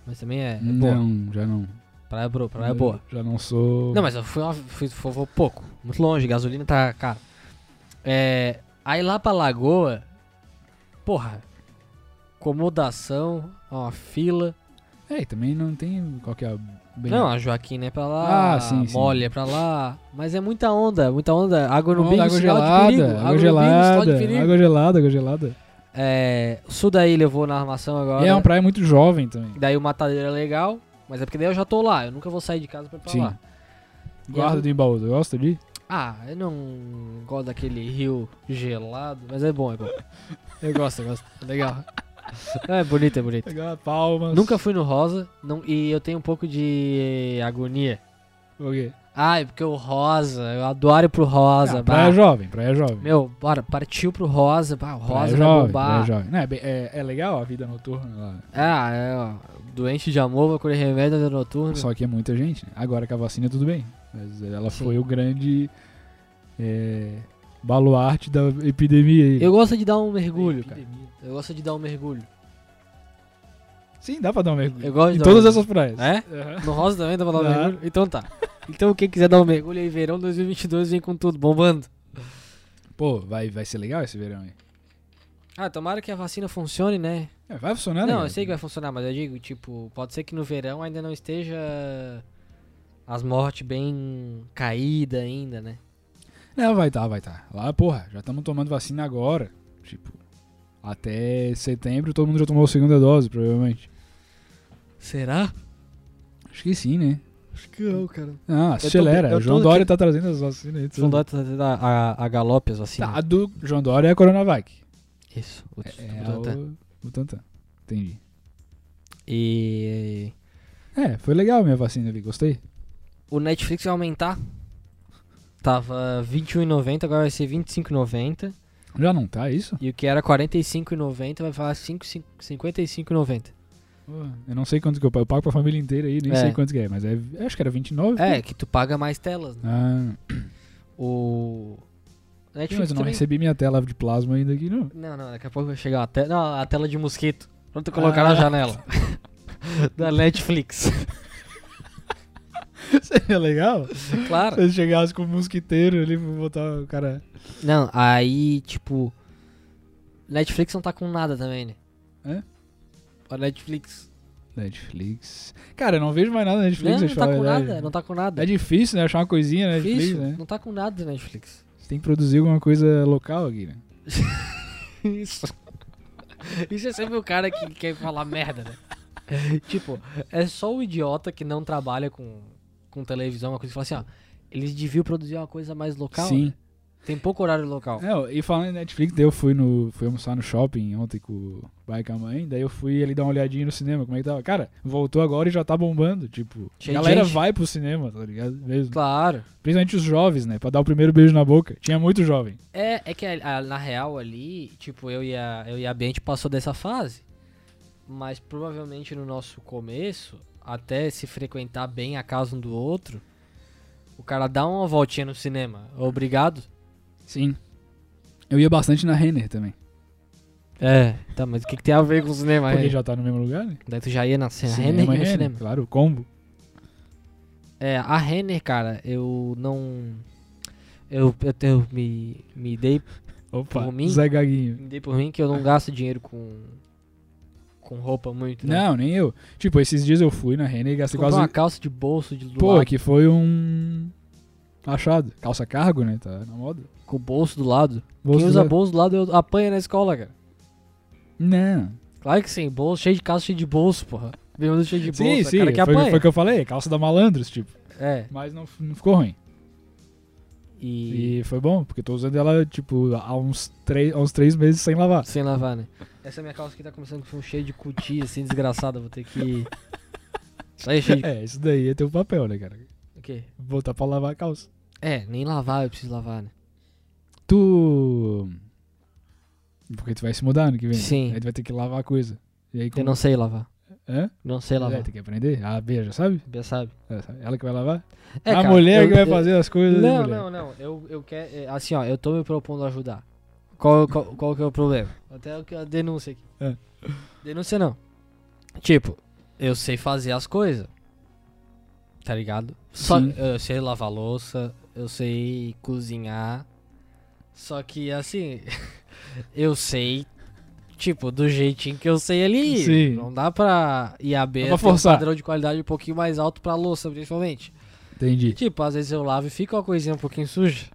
A: Mas também é, é boa.
B: Não, já não.
A: Praia, bro, praia é boa.
B: Já não sou.
A: Não, mas eu fui, uma- fui, fui, fui pouco. Muito longe, gasolina tá cara. É, aí lá pra Lagoa, porra, acomodação, uma fila.
B: É, e também não tem qualquer. Bem...
A: Não, a Joaquina é pra lá,
B: Ah, sim, sim.
A: Mole é pra lá. Mas é muita onda, muita onda. Água no
B: Onda,
A: bico,
B: água
A: sinal de
B: gelada,
A: perigo.
B: água
A: no bico, sinal de
B: gelada,
A: perigo.
B: água gelada, água gelada.
A: É, sul daí levou na armação agora.
B: E é uma praia muito jovem também.
A: Daí o matadeiro é legal, mas é porque daí eu já tô lá. Eu nunca vou sair de casa pra ir pra
B: Sim.
A: lá.
B: Guarda do Embaú, tu gosta de?
A: Ah, eu não gosto daquele rio gelado, mas é bom, é bom. Eu gosto, eu gosto. É legal. É bonito, é bonito.
B: Pegar palmas.
A: Nunca fui no rosa não, e eu tenho um pouco de agonia.
B: O quê?
A: Ah, é porque o rosa, eu adoro ir pro rosa.
B: Ah,
A: bah.
B: praia jovem, praia jovem.
A: Meu, bora, partiu pro rosa. Bah, o rosa
B: praia
A: vai
B: jovem, praia
A: bombar.
B: jovem. Não, é, bem- é- é legal a vida noturna lá.
A: Ah, é, ó, doente de amor, vou colher remédio no noturno.
B: Só que é muita gente. né? Agora com a vacina tudo bem. Mas ela
A: Sim.
B: foi o grande é, baluarte da epidemia. aí.
A: Eu gosto de dar um mergulho, cara.
B: Epidemia.
A: Eu gosto de dar um mergulho.
B: Sim, dá pra dar um mergulho.
A: Eu gosto de
B: em
A: dar
B: todas
A: um-
B: essas praias.
A: É?
B: Aham.
A: No rosa também dá pra dar um
B: Dá.
A: mergulho? Então tá. Então quem quiser dar um mergulho aí, verão 2022 vem com tudo, bombando. É?
B: Pô, vai, vai ser legal esse verão aí.
A: Ah, tomara que a vacina funcione, né?
B: É, vai funcionar, né?
A: não, eu sei que vai funcionar, mas eu digo, tipo, pode ser que no verão ainda não esteja as mortes bem caídas ainda, né?
B: Não, vai tá, vai tá. Lá, porra, já estamos tomando vacina agora. Tipo, até setembro todo mundo já tomou a segunda dose, provavelmente.
A: Será?
B: Acho que sim, né?
A: Acho que não, cara.
B: Ah,
A: tô-
B: acelera.
A: eu
B: O João
A: tô-
B: Dória tá trazendo as vacinas aí. tudo.
A: Fundou a, a, a galope as vacinas.
B: Tá, a do João Dória é a Coronavac.
A: Isso. O,
B: É,
A: o-
B: é
A: o- tá.
B: o Butantan. Entendi.
A: E
B: É, foi legal a minha vacina ali, gostei.
A: o um Netflix vai aumentar. Tava R$21,90, agora vai ser R$25,90.
B: Já não tá, é isso?
A: E o que era 45,90 vai falar 5, 55,90.
B: Pô, Eu não sei quanto que eu pago. Eu pago pra família inteira aí, nem
A: É.
B: sei quanto que é, mas é, eu acho que era 29.
A: É, que tu paga mais telas, né?
B: Ah,
A: O.
B: mas
A: Netflix
B: eu não
A: também.
B: recebi minha tela de plasma ainda aqui, não. [laughs]
A: Não, não, daqui a pouco vai chegar a tela. Não, a tela de mosquito. Pronto, colocar na
B: Ah.
A: janela. [laughs] da
B: [laughs]
A: Netflix.
B: Seria legal se
A: Claro.
B: eu chegasse com um mosquiteiro ali pra botar o cara.
A: Não, aí, tipo. Netflix não tá com nada também, né?
B: Hã?
A: A Netflix.
B: Netflix. Cara, eu não vejo mais nada na Netflix,
A: Não,
B: eu
A: não
B: falar
A: tá
B: a
A: com
B: verdade.
A: nada, não tá com nada.
B: É difícil, né? Achar uma coisinha na Netflix,
A: Difícil,
B: né?
A: não tá com nada da Netflix.
B: Você tem que produzir alguma coisa local aqui, né?
A: [laughs] Isso. Isso é sempre o cara que quer falar merda, né? [laughs] tipo, é só o idiota que não trabalha com, com televisão, uma coisa que fala assim, ó. Eles deviam produzir uma coisa mais local.
B: Sim.
A: né? Tem pouco horário local.
B: É, e falando em Netflix, daí eu fui no. Fui almoçar no shopping ontem com o pai e com a mãe, daí eu fui ali dar uma olhadinha no cinema, como é que tava. Cara, voltou agora e já tá bombando. Tipo,
A: Cheio
B: a
A: de
B: galera
A: gente.
B: vai pro cinema, tá ligado? Mesmo.
A: Claro.
B: Principalmente os jovens, né? Pra dar o primeiro beijo na boca. Tinha muito jovem.
A: É, é que a- a- na real ali, tipo, eu e, a, eu e a Bia, a gente passou dessa fase. Mas provavelmente no nosso começo, até se frequentar bem a casa um do outro, o cara dá uma voltinha no cinema. Obrigado.
B: Sim. Eu ia bastante na Renner também.
A: É, tá, mas o que, que tem a ver com o cinema
B: Porque
A: aí?
B: já tá no mesmo lugar, né?
A: Daí tu já ia na cena Renner e no cinema.
B: Claro, combo.
A: É, a Renner, cara, eu não. Eu, eu, eu me, me, dei,
B: Opa,
A: Por mim?
B: Zé Gaguinho.
A: me dei por mim que eu não gasto dinheiro com. com roupa muito. né?
B: Não, nem eu. Tipo, esses dias eu fui na Renner e gastei
A: Comprei
B: quase.
A: uma calça de bolso de do
B: Pô,
A: lado,
B: que foi um. Achado. Calça cargo, né? Tá na moda.
A: com o bolso do lado.
B: Bolso
A: Quem usa
B: do-
A: bolso do lado eu apanha na escola, cara.
B: Não.
A: Claro que sim, bolso, cheio de calça, cheio de bolso, porra. Vem cheio de bolso,
B: Sim,
A: é
B: sim.
A: cara que
B: foi,
A: apanha.
B: foi o que eu falei. Calça da malandros, tipo.
A: É,
B: Mas não, não ficou ruim.
A: e,
B: E foi bom, porque eu tô usando ela, tipo, há uns três, há uns três meses sem lavar.
A: Sem lavar, né? Essa minha calça aqui tá começando com um cheio de cuti, assim, desgraçada. Vou ter
B: [laughs]
A: que. Sair cheio de.
B: É, isso daí é teu papel, né, cara?
A: O quê?
B: Voltar pra lavar a calça.
A: É, nem lavar, eu preciso lavar, né?
B: Tu. Porque tu vai se mudar ano que vem. né?
A: Sim.
B: Aí tu vai ter que lavar a coisa. E aí
A: Eu não sei lavar.
B: Hã?
A: Não sei
B: É,
A: lavar.
B: tem que aprender. A Bia já sabe?
A: Já sabe?
B: Ela sabe. Ela que vai lavar?
A: É,
B: a
A: cara,
B: mulher
A: eu-
B: que vai
A: eu-
B: fazer as coisas. né,
A: Não,
B: mulher?
A: não, não. Eu, eu quero. é, Assim, ó, eu tô me propondo a ajudar. Qual, qual, qual que é o problema? Até o que- a denúncia aqui.
B: É.
A: Denúncia não. Tipo, eu sei fazer as coisas. Tá ligado? Só,
B: Sim.
A: eu sei lavar louça, eu sei cozinhar. Só que assim, [laughs] eu sei, tipo, do jeitinho que eu sei ali.
B: Sim.
A: Não dá pra ir a
B: Dá
A: B
B: pra
A: ter um
B: forçar.
A: padrão de qualidade um pouquinho mais alto pra louça, principalmente.
B: Entendi.
A: Tipo, às vezes eu lavo e fica uma coisinha um pouquinho suja.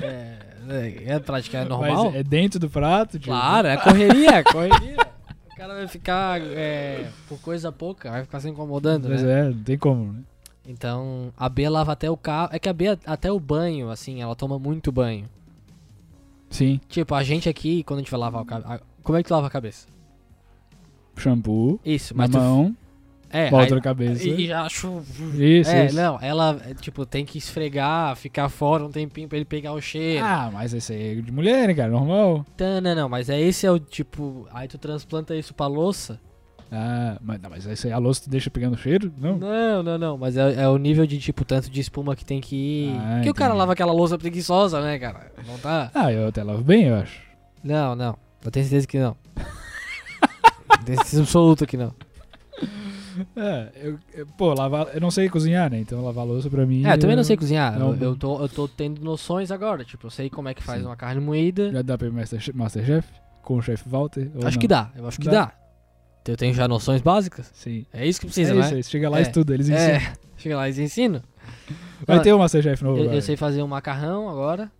A: É, é, é praticar é normal.
B: Mas é dentro do prato, tipo.
A: Claro, é correria, é correria. O cara vai ficar é, por coisa pouca, vai ficar se incomodando,
B: Mas
A: né?
B: é, não tem como, né?
A: Então, a B lava até o carro. É que a B até o banho, assim, ela toma muito banho.
B: Sim.
A: Tipo, a gente aqui, quando a gente vai lavar o cabelo. Como é que tu lava a cabeça?
B: Shampoo,
A: Isso,
B: na
A: mas tu.
B: mão,
A: É,
B: volta
A: aí-
B: na cabeça.
A: e, e já acho.
B: Isso,
A: é,
B: isso.
A: não, ela, é, tipo, tem que esfregar, ficar fora um tempinho pra ele pegar o cheiro.
B: Ah, mas esse aí é de mulher, né, cara? Normal.
A: Tá, não, não, mas é esse é o tipo. Aí tu transplanta isso pra louça?
B: Ah, mas, não, mas esse aí a louça tu deixa pegando cheiro? Não.
A: Não, não, não. Mas é, é o nível de tipo tanto de espuma que tem que ir.
B: Ah,
A: Porque o cara
B: entendi.
A: lava aquela louça preguiçosa, né, cara? Não tá?
B: Ah, eu até lavo bem, eu acho.
A: Não, não. Eu tenho certeza que não. tenho certeza absoluta que não.
B: É, eu, eu- pô, lavar. Eu não sei cozinhar, né? Então lavar louça pra mim.
A: É, eu também não sei cozinhar.
B: Não.
A: Eu, eu tô, eu tô tendo noções agora. Tipo, eu sei como é que faz
B: Sim.
A: uma carne moída.
B: Já dá pra ir Masterchef, Masterchef com o chefe Walter? ou
A: acho
B: não?
A: que dá, eu acho que
B: Dá.
A: dá. Eu tenho já noções básicas.
B: Sim.
A: É isso que
B: É
A: precisa,
B: isso
A: né?
B: aí, você chega lá e
A: É.
B: estuda, eles ensinam.
A: É, chega lá e ensino.
B: Vai
A: Não,
B: ter o Masterchef novo.
A: Eu,
B: agora.
A: eu sei fazer um macarrão agora.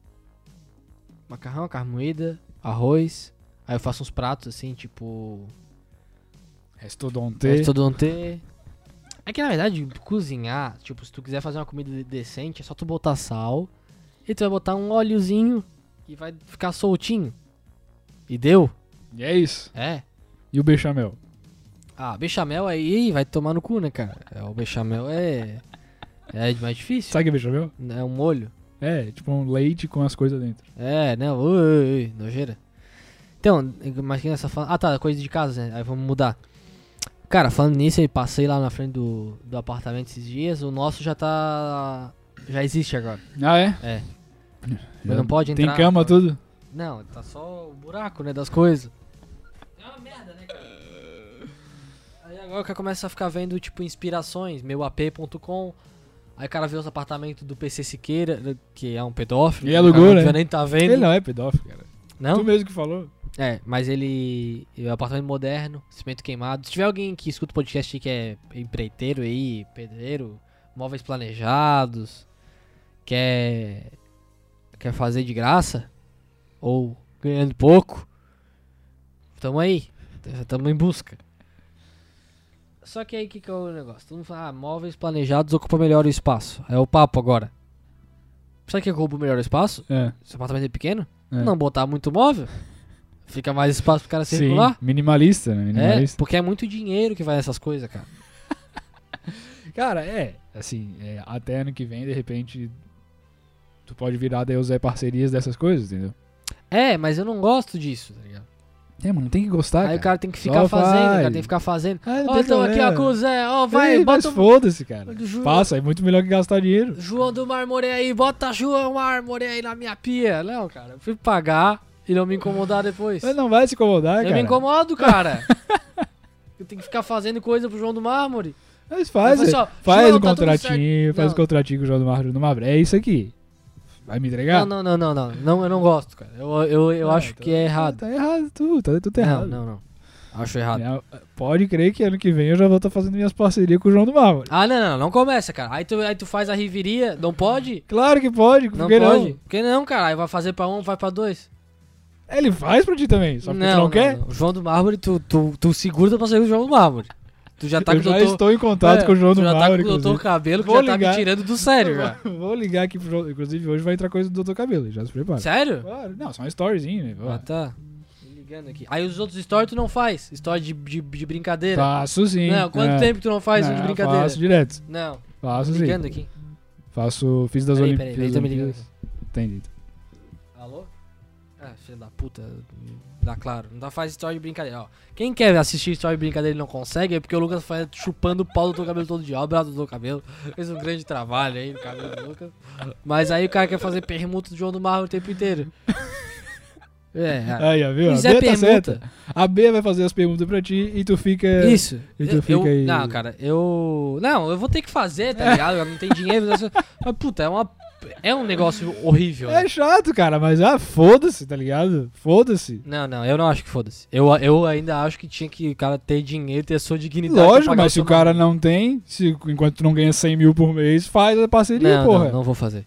A: Macarrão, carne moída, arroz. Aí eu faço uns pratos assim, tipo.
B: É
A: É
B: Restaurante.
A: Estudante. É que na verdade, cozinhar, tipo, se tu quiser fazer uma comida de- decente, é só tu botar sal. E tu vai botar um óleozinho e vai ficar soltinho. E deu?
B: E é isso.
A: É.
B: E o bechamel?
A: Ah, bechamel aí vai tomar no cu, né, cara? É, o bechamel é. É mais difícil.
B: Sabe o que é bechamel?
A: É um molho.
B: É, tipo um leite com as coisas dentro.
A: É, né? Ui, ui, ui, nojeira. Então, imagina essa falando. Ah tá, coisa de casa, né? Aí vamos mudar. Cara, falando nisso, eu passei lá na frente do, do apartamento esses dias, o nosso já tá. Já existe agora.
B: Ah, é?
A: É.
B: Já
A: Mas não pode
B: Tem
A: entrar.
B: cama, tudo?
A: Não, tá só o buraco, né, das coisas. É uma merda, né, cara? Aí agora que eu começo a ficar vendo, tipo, inspirações, meuap.com. Aí o cara vê os apartamentos do PC Siqueira, que é um pedófilo.
B: E
A: que o
B: alugou,
A: cara não
B: né?
A: devia nem tá vendo.
B: Ele não é pedófilo, cara.
A: Não?
B: Tu mesmo que falou.
A: É, mas ele. É um apartamento moderno, cimento queimado. Se tiver alguém que escuta o podcast aí que é empreiteiro aí, pedreiro, móveis planejados, quer. quer fazer de graça, ou ganhando pouco, tamo aí. Tamo em busca. Só que aí o que, que é o negócio? Todo mundo fala, ah, móveis planejados ocupa melhor o espaço. É o papo agora. Sabe o que ocupa melhor o espaço?
B: É.
A: Se o apartamento é pequeno,
B: É.
A: não botar muito móvel, fica mais espaço pro cara circular.
B: Minimalista, né?
A: É,
B: Minimalista.
A: porque é muito dinheiro que vai nessas coisas, cara.
B: Cara, é. Assim, é, até ano que vem, de repente, tu pode virar daí usar parcerias dessas coisas, entendeu?
A: É, mas eu não gosto disso, tá ligado?
B: É, mano, tem que gostar,
A: Aí o
B: cara.
A: cara tem que ficar
B: Só
A: fazendo, o
B: vai.
A: cara tem que ficar fazendo.
B: Ah, não
A: Ó,
B: tem
A: então aqui
B: problema.
A: a Cusé, ó, vai,
B: Ei,
A: bota um- o
B: mas foda-se, cara.
A: do Ju-
B: Passa, é muito melhor que gastar dinheiro.
A: João do Marmore aí, bota João Marmore aí na minha pia. Não, cara, eu fui pagar e não me incomodar depois.
B: Mas não vai se incomodar,
A: eu
B: cara.
A: me incomodo,
B: [laughs]
A: cara. eu tenho que ficar fazendo coisa pro João do Mármore.
B: Mas faz,
A: Eu falei
B: é.
A: assim, ó,
B: faz
A: João,
B: um
A: tá tudo
B: contratinho,
A: certo.
B: faz um
A: Não.
B: contratinho com o João do Marcos do Mabré. É isso aqui. Vai me entregar?
A: Não, não, não, não, não. Não, eu não gosto, cara. Eu, eu, eu
B: Ah,
A: acho
B: então
A: que é errado.
B: Tá errado tudo, tá tudo errado.
A: Não, não, não. Acho errado.
B: É, Pode crer que ano que vem eu já vou estar fazendo minhas parcerias com o João do Mármore.
A: Ah, não, não, não, não começa, cara. Aí tu, aí tu faz a riveria, não pode?
B: Claro que pode,
A: Não
B: porque é um-
A: pode? Por que não, cara? Aí vai fazer pra um, vai pra dois.
B: Ele faz pra ti também, só porque tu não, quer.
A: O João do Mármore, tu, tu, tu segura tua parceria com o João do Mármore. Tu já tá
B: eu
A: com o
B: já
A: doutor...
B: estou em contato
A: É,
B: com o João do
A: Tu já tá com
B: Mármore.
A: o doutor
B: inclusive.
A: Cabelo que
B: Vou
A: já tá
B: ligar.
A: me tirando do sério, já.
B: [laughs] Vou ligar aqui pro João. Inclusive, hoje vai entrar coisa do Dr. Cabelo, já se prepara.
A: Sério?
B: Claro, não, só um storyzinho, né?
A: Ah, tá. Me ligando aqui. Aí os outros stories tu não faz. Story de, de, de brincadeira.
B: Faço Tá, sim.
A: Não, quanto
B: é.
A: tempo tu não faz um
B: Não,
A: de brincadeira?
B: Faço direto.
A: Não,
B: Faço sim.
A: ligando aqui.
B: Faço. Fiz das
A: Peraí, peraí, ele
B: Olimpíadas.
A: tá me ligando.
B: Entendi.
A: Alô? Ah, filho da puta. Dá claro. Não dá faz história de brincadeira. Ó, quem quer assistir história de brincadeira e não consegue é porque o Lucas faz chupando o pau do teu cabelo todo dia. Ó, o braço do teu cabelo. Fez um grande trabalho aí no cabelo do Lucas. Mas aí o cara quer fazer permuta do João do Marro o tempo inteiro. É.
B: Aí, ó, viu?
A: Isso
B: a B
A: é
B: tá certa.
A: permuta.
B: A B vai fazer as perguntas pra ti e tu fica.
A: Isso.
B: É. E tu
A: Eu-
B: fica
A: eu-
B: aí- É.
A: Não, cara, eu. Não, eu vou ter que fazer, tá ligado? Eu não tenho dinheiro. Mas, mas, puta, é uma. É um negócio horrível. né?
B: É chato, cara, mas ah, foda-se, tá ligado? Foda-se.
A: Não, não, eu não acho que foda-se. Eu, eu ainda acho que tinha que o cara ter dinheiro, ter a sua dignidade. pra
B: Lógico,
A: pagar
B: mas se
A: seu
B: o cara não tem, se, enquanto tu não ganha 100 mil por mês, faz a parceria,
A: não,
B: porra.
A: Não, não vou fazer.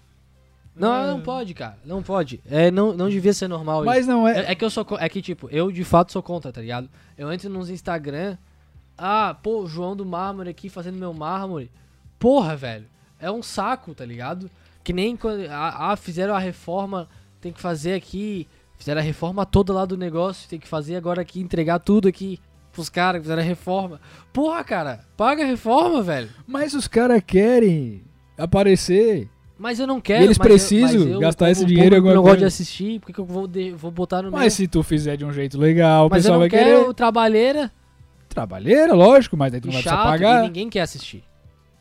A: Não, não pode, cara. Não pode. É, não, não devia ser normal isso.
B: Mas não é.
A: É, é que eu sou. co- É que, tipo, eu de fato sou contra, tá ligado? Eu entro nos Instagram. Ah, pô, o João do Mármore aqui fazendo meu mármore. Porra, velho. É um saco, tá ligado? Que nem quando. Ah, ah, fizeram a reforma, tem que fazer aqui. Fizeram a reforma toda lá do negócio, tem que fazer agora aqui, entregar tudo aqui pros caras que fizeram a reforma. Porra, cara, paga a reforma, velho.
B: Mas os caras querem aparecer.
A: Mas eu não quero.
B: E eles
A: mas eu-
B: precisam
A: mas eu,
B: gastar esse
A: como
B: dinheiro em
A: público,
B: alguma
A: não gosto de
B: coisa.
A: assistir, por que que eu vou, de- vou botar no
B: Mas
A: meu?
B: se tu fizer de um jeito legal, o
A: Mas eu
B: pessoal
A: não
B: vai
A: quero
B: querer.
A: trabalheira.
B: Trabalheira, lógico, mas aí tu
A: e
B: não vai
A: chato
B: precisar
A: e
B: pagar.
A: ninguém quer assistir.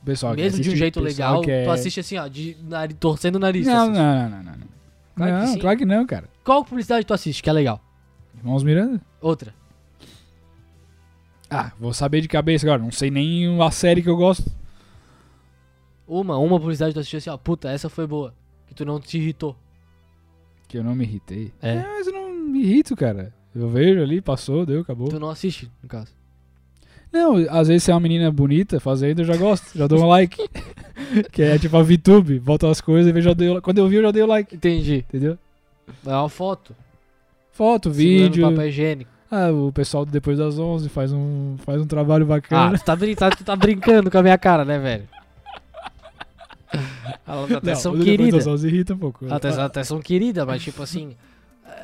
B: O pessoal quer
A: Mesmo de um
B: assistir,
A: jeito
B: o pessoal
A: legal,
B: quer-
A: tu assiste assim, ó, de nari- torcendo o nariz. tu
B: Não,
A: assiste.
B: não, não, não, não.
A: Claro que
B: não,
A: sim.
B: claro que não, cara.
A: Qual publicidade tu assiste que é legal?
B: Irmãos Miranda?
A: Outra.
B: Ah, vou saber de cabeça agora. Não sei nem a série que eu gosto.
A: Uma, uma publicidade tu assistiu assim, ó, puta, essa foi boa. Que tu não te irritou.
B: Que eu não me irritei.
A: É.
B: mas eu não me irrito, cara. Eu vejo ali, passou, deu, acabou.
A: Tu não assiste, no caso.
B: Não, às vezes se é uma menina bonita fazendo, eu já gosto, já dou um like. [laughs] que é tipo a VTube, bota as coisas e vejo, já dei, o- quando eu vi, eu já dei o like,
A: Entendi.
B: entendeu?
A: É uma foto.
B: Foto,
A: segurando
B: vídeo.
A: papel higiênico.
B: Ah, o pessoal do depois das 11 faz um, faz um trabalho
A: Ah,
B: bacana.
A: tu tá, brin- tá- tu tá brincando com a minha cara, né,
B: [laughs]
A: velho? Elas até
B: Não,
A: são
B: o depois
A: queridas.
B: das 11 irrita um pouco.
E: tá,
A: Até, até
E: é
A: são queridas, mas tipo assim,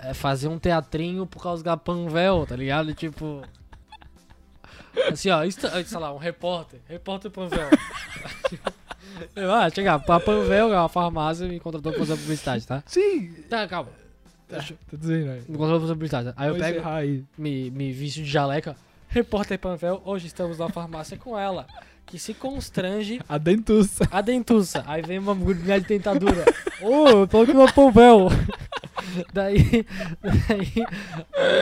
A: é fazer um teatrinho por causa da Panvel, tá ligado? Tipo. Assim, ó, isso, sei lá, um repórter. Repórter Panvel.
E: [laughs] Eu, ah, chega, a Panvel, a farmácia, me contratou pra fazer publicidade, tá?
B: Sim!
E: Tá, calma. é. Deixa eu-
B: Tô dizendo, né?
E: Me contratou pra fazer publicidade. Aí eu
B: Vai
E: pego,
B: encerrar aí.
E: me, me visto de jaleca. Repórter Panvel, hoje estamos na farmácia com ela, que se constrange
B: A dentuça.
E: a dentuça. Aí vem uma mulher de dentadura. Ô, eu tô aqui no Panvel. [laughs] Daí, daí,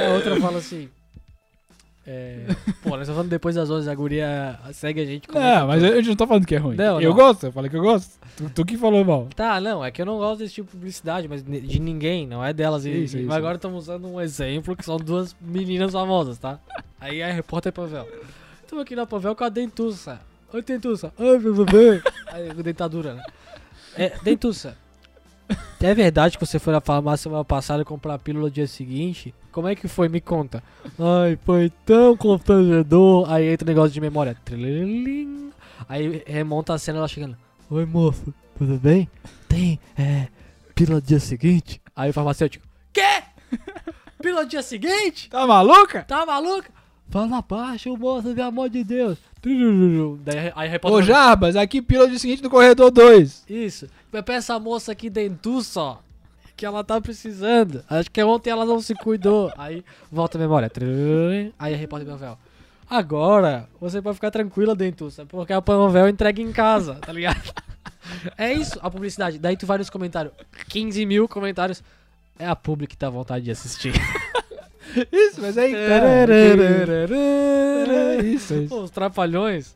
E: a outra fala assim... É, pô, nós estamos falando depois das 11, a guria segue a gente.
A: é
E: comenta
B: Não, mas eu, eu não tô falando que é ruim.
E: Não,
B: eu
E: não.
B: gosto, eu falei que eu gosto. Tu, tu que falou mal.
E: Tá, não, é que eu não gosto desse tipo de publicidade, mas ne- de ninguém, não é delas. e-
B: Isso,
E: mas
B: isso.
E: agora estamos usando um exemplo que são duas meninas famosas, tá? Aí é repórter Pavel. Estamos aqui na Pavel com a Dentuça. Oi, Dentuça. Oi, meu
B: [laughs]
E: bebê. Aí, com dentadura, né? É, Dentuça. É verdade que você foi na farmácia semana passada comprar a pílula no dia seguinte? Como é que foi? Me conta. Ai, foi tão constrangedor. Aí entra o negócio de memória. Trilim. Aí remonta a cena ela chegando. Oi, moço, tudo bem? Tem, é, pílula do dia seguinte? Aí o farmacêutico, quê? [laughs] Pílula do dia seguinte?
B: Tá maluca?
E: Tá maluca? Fala baixo, moço, pelo amor de Deus. Daí aí
B: Ô,
E: repórter...
B: Jarbas, aqui piloto seguinte do corredor 2.
E: Isso. Pepe essa moça aqui dentu só. Que ela tá precisando. Acho que ontem ela não se
B: [laughs]
E: cuidou. Aí volta a memória. Trim. Aí a repórter Panvel. Agora você pode ficar tranquila, Dentuça, porque a Panvel entrega em casa, tá
B: [laughs]
E: ligado? É isso, a publicidade. Daí tu vai nos comentários. 15 mil comentários. É a publi que tá à vontade de
B: [laughs]
E: assistir.
B: Isso, mas
A: É,
B: aí. Tá, É isso, é isso.
E: Pô, Os trapalhões.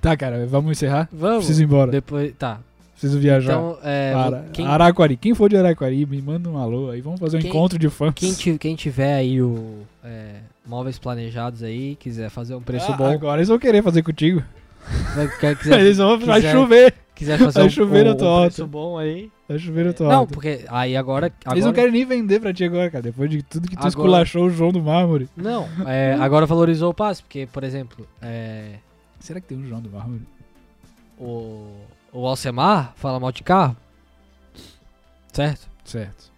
B: Tá, cara, vamos encerrar?
E: Vamos.
B: Preciso ir embora. Ah,
E: Depois. Tá.
B: Preciso viajar.
E: Então, é.
B: Ara-
E: quem-
B: Araquari. Quem for de Araquari, me manda um alô aí. Vamos fazer um
A: Quem-
B: encontro de fãs.
A: Quem,
B: [laughs]
A: ti- quem tiver aí o é, móveis planejados aí, quiser fazer um preço
B: Ah,
A: bom,
B: Agora eles vão querer fazer contigo.
A: né, quer-
B: [laughs]
A: quiser,
B: Eles vão. Vai
A: quiser-
B: chover.
A: quiser fazer
B: Aí
A: um, um,
B: chuveiro tá? eu tô
A: um
B: alto.
A: preço bom aí.
B: Vai chover a tua
A: Não,
B: alta.
A: porque aí agora. agora
B: tá? Eles não querem nem vender pra ti agora, cara. Depois de tudo que tu
A: Agora-
B: esculachou o João do Mármore.
A: Não, é, agora valorizou o passe, porque, por exemplo, é,
B: Será que tem um João do Mármore?
A: o, o Alcemar fala mal de carro. Certo?
B: Certo.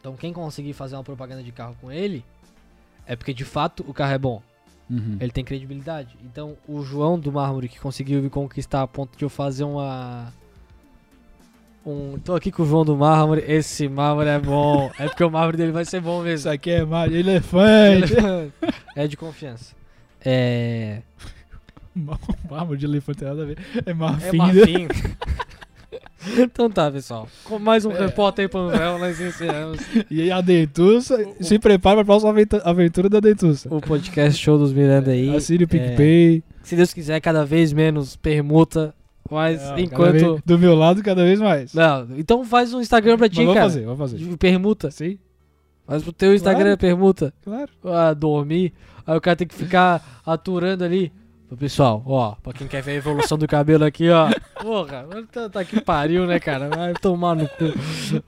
A: Então quem conseguir fazer uma propaganda de carro com ele, é porque de fato o carro é bom. Ele tem credibilidade. Então o João do Mármore que conseguiu me conquistar a ponto de eu fazer uma. Um. Tô aqui com o João do Mármore, esse mármore é bom. é porque o mármore dele vai ser bom
B: Isso
A: mesmo.
B: aqui é
A: [laughs]
B: mar... elefante.
A: é de confiança. É.
B: mármore de elefante tem nada a ver. É marfim.
E: É Marfim.
A: [laughs]
B: né?
E: então tá, pessoal. Com mais um
A: É.
E: repórter Panvel, nós encerramos
B: E aí a Dentuça se prepara pra próxima aventa- aventura da Dentuça.
A: [laughs] o podcast show dos Miranda aí.
E: Assim-
B: Assine o
A: é,
B: PicPay.
A: se Deus quiser, cada vez menos permuta. Mas
E: É,
B: Não, cada
A: enquanto.
B: vez- do meu lado, cada vez mais.
A: Não, então faz um Instagram pra
B: Mas
A: ti,
B: vou
A: cara.
B: fazer, vou fazer.
A: De Permuta.
B: Sim,
A: Mas o teu Instagram
B: Claro.
A: é permuta.
B: claro.
A: ah, dormir. Aí o cara tem que ficar aturando ali. Ô, Pessoal, ó, pra quem quer ver a evolução do cabelo aqui, ó. Porra, tá, tá que pariu, né, cara? Vai tomar no cu.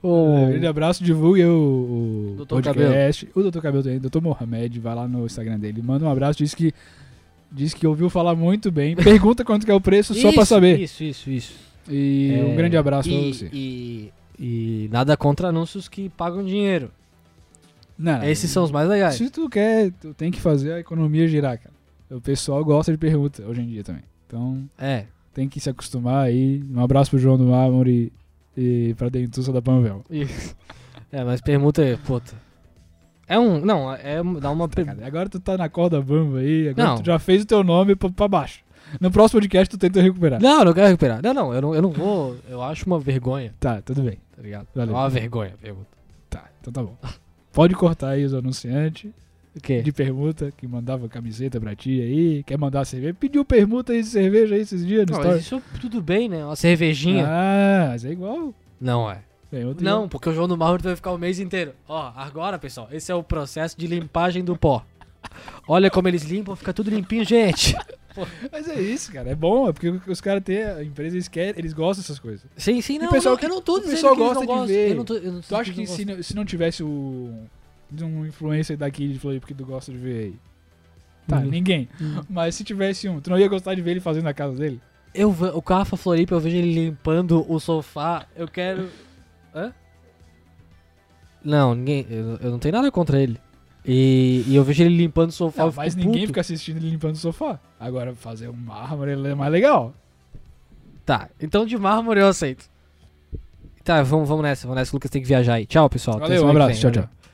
A: Ô,
B: Um grande abraço, divulgue o, o
A: Dr.
B: podcast. O Dr. Cabelo também, Dr. Mohamed, vai lá no Instagram dele, manda um abraço, diz que, diz que ouviu falar
A: [laughs]
B: muito bem. Pergunta quanto que é o preço só pra
A: isso,
B: saber.
A: Isso, isso, isso.
B: E
A: É,
B: um grande abraço pra
A: e,
B: você.
A: E, e nada contra anúncios que pagam dinheiro.
B: Não, não,
A: Esses são os mais legais.
B: Ah, Se tu quer, tu tem que fazer a economia girar, cara. O pessoal gosta de pergunta hoje em dia também. Então
A: É.
B: tem que se acostumar aí. Um abraço pro João do Mármore e, e pra Dentuça da Panvel.
A: Isso. É, mas permuta é, puta. É um. Não, é. um- Dá uma.
B: Cara, agora tu tá na corda bamba aí, agora
A: Não.
B: tu já fez o teu nome pra, pra baixo. No próximo podcast tu tenta recuperar.
A: Não, não quero recuperar. Não, não, eu não, eu não vou. Eu acho uma vergonha,
B: Tá, tudo bem.
A: tá ligado? É
B: Valeu.
A: uma vergonha, pergunta.
B: Tá, então tá bom. Pode cortar aí os anunciantes
A: O quê?
B: de permuta que mandava camiseta pra ti aí, quer mandar cerveja. Pediu permuta aí de cerveja aí esses dias no
A: Não,
B: story.
A: mas isso tudo bem, né? Uma cervejinha.
B: Ah, mas é igual.
A: Não é.
B: Permuta
E: Não,
B: igual.
E: porque o João do Mármore vai ficar o mês inteiro. Ó, agora, pessoal, esse é o processo de limpagem do pó. Olha como eles limpam, fica tudo limpinho, gente.
B: Mas é isso, cara. É bom, é porque os caras têm a empresa, eles querem, eles gostam dessas coisas.
A: Sim, sim, não.
B: pessoal
A: não,
B: que-
A: eu não tô
B: o
A: dizendo
B: pessoal
A: que eles
B: gosta
A: não
B: de
A: gostam.
B: ver.
A: Eu não tô, eu não
B: Tu acha que
A: não
B: se, não- se não tivesse o. de um influencer daqui de Floripa que tu gosta de ver aí? Tá,
A: Hum.
B: ninguém.
A: Hum.
B: Mas se tivesse um, tu não ia gostar de ver ele fazendo na casa dele?
A: Eu, ve- o Cafa Floripa, eu vejo ele limpando o sofá. Eu quero. Hã? Não, ninguém. Eu, eu não tenho nada contra ele. E, e eu vejo ele limpando o sofá.
B: Não,
A: eu fico
B: mas ninguém
A: puto.
B: fica assistindo ele limpando o sofá. Agora, fazer um mármore é mais legal.
A: Tá, então de mármore eu aceito. Tá, vamos, vamos nessa, vamos nessa. O Lucas tem que viajar aí. Tchau, pessoal. até
B: Valeu, um
A: semana que
B: abraço.
A: vem.
B: Tchau, tchau.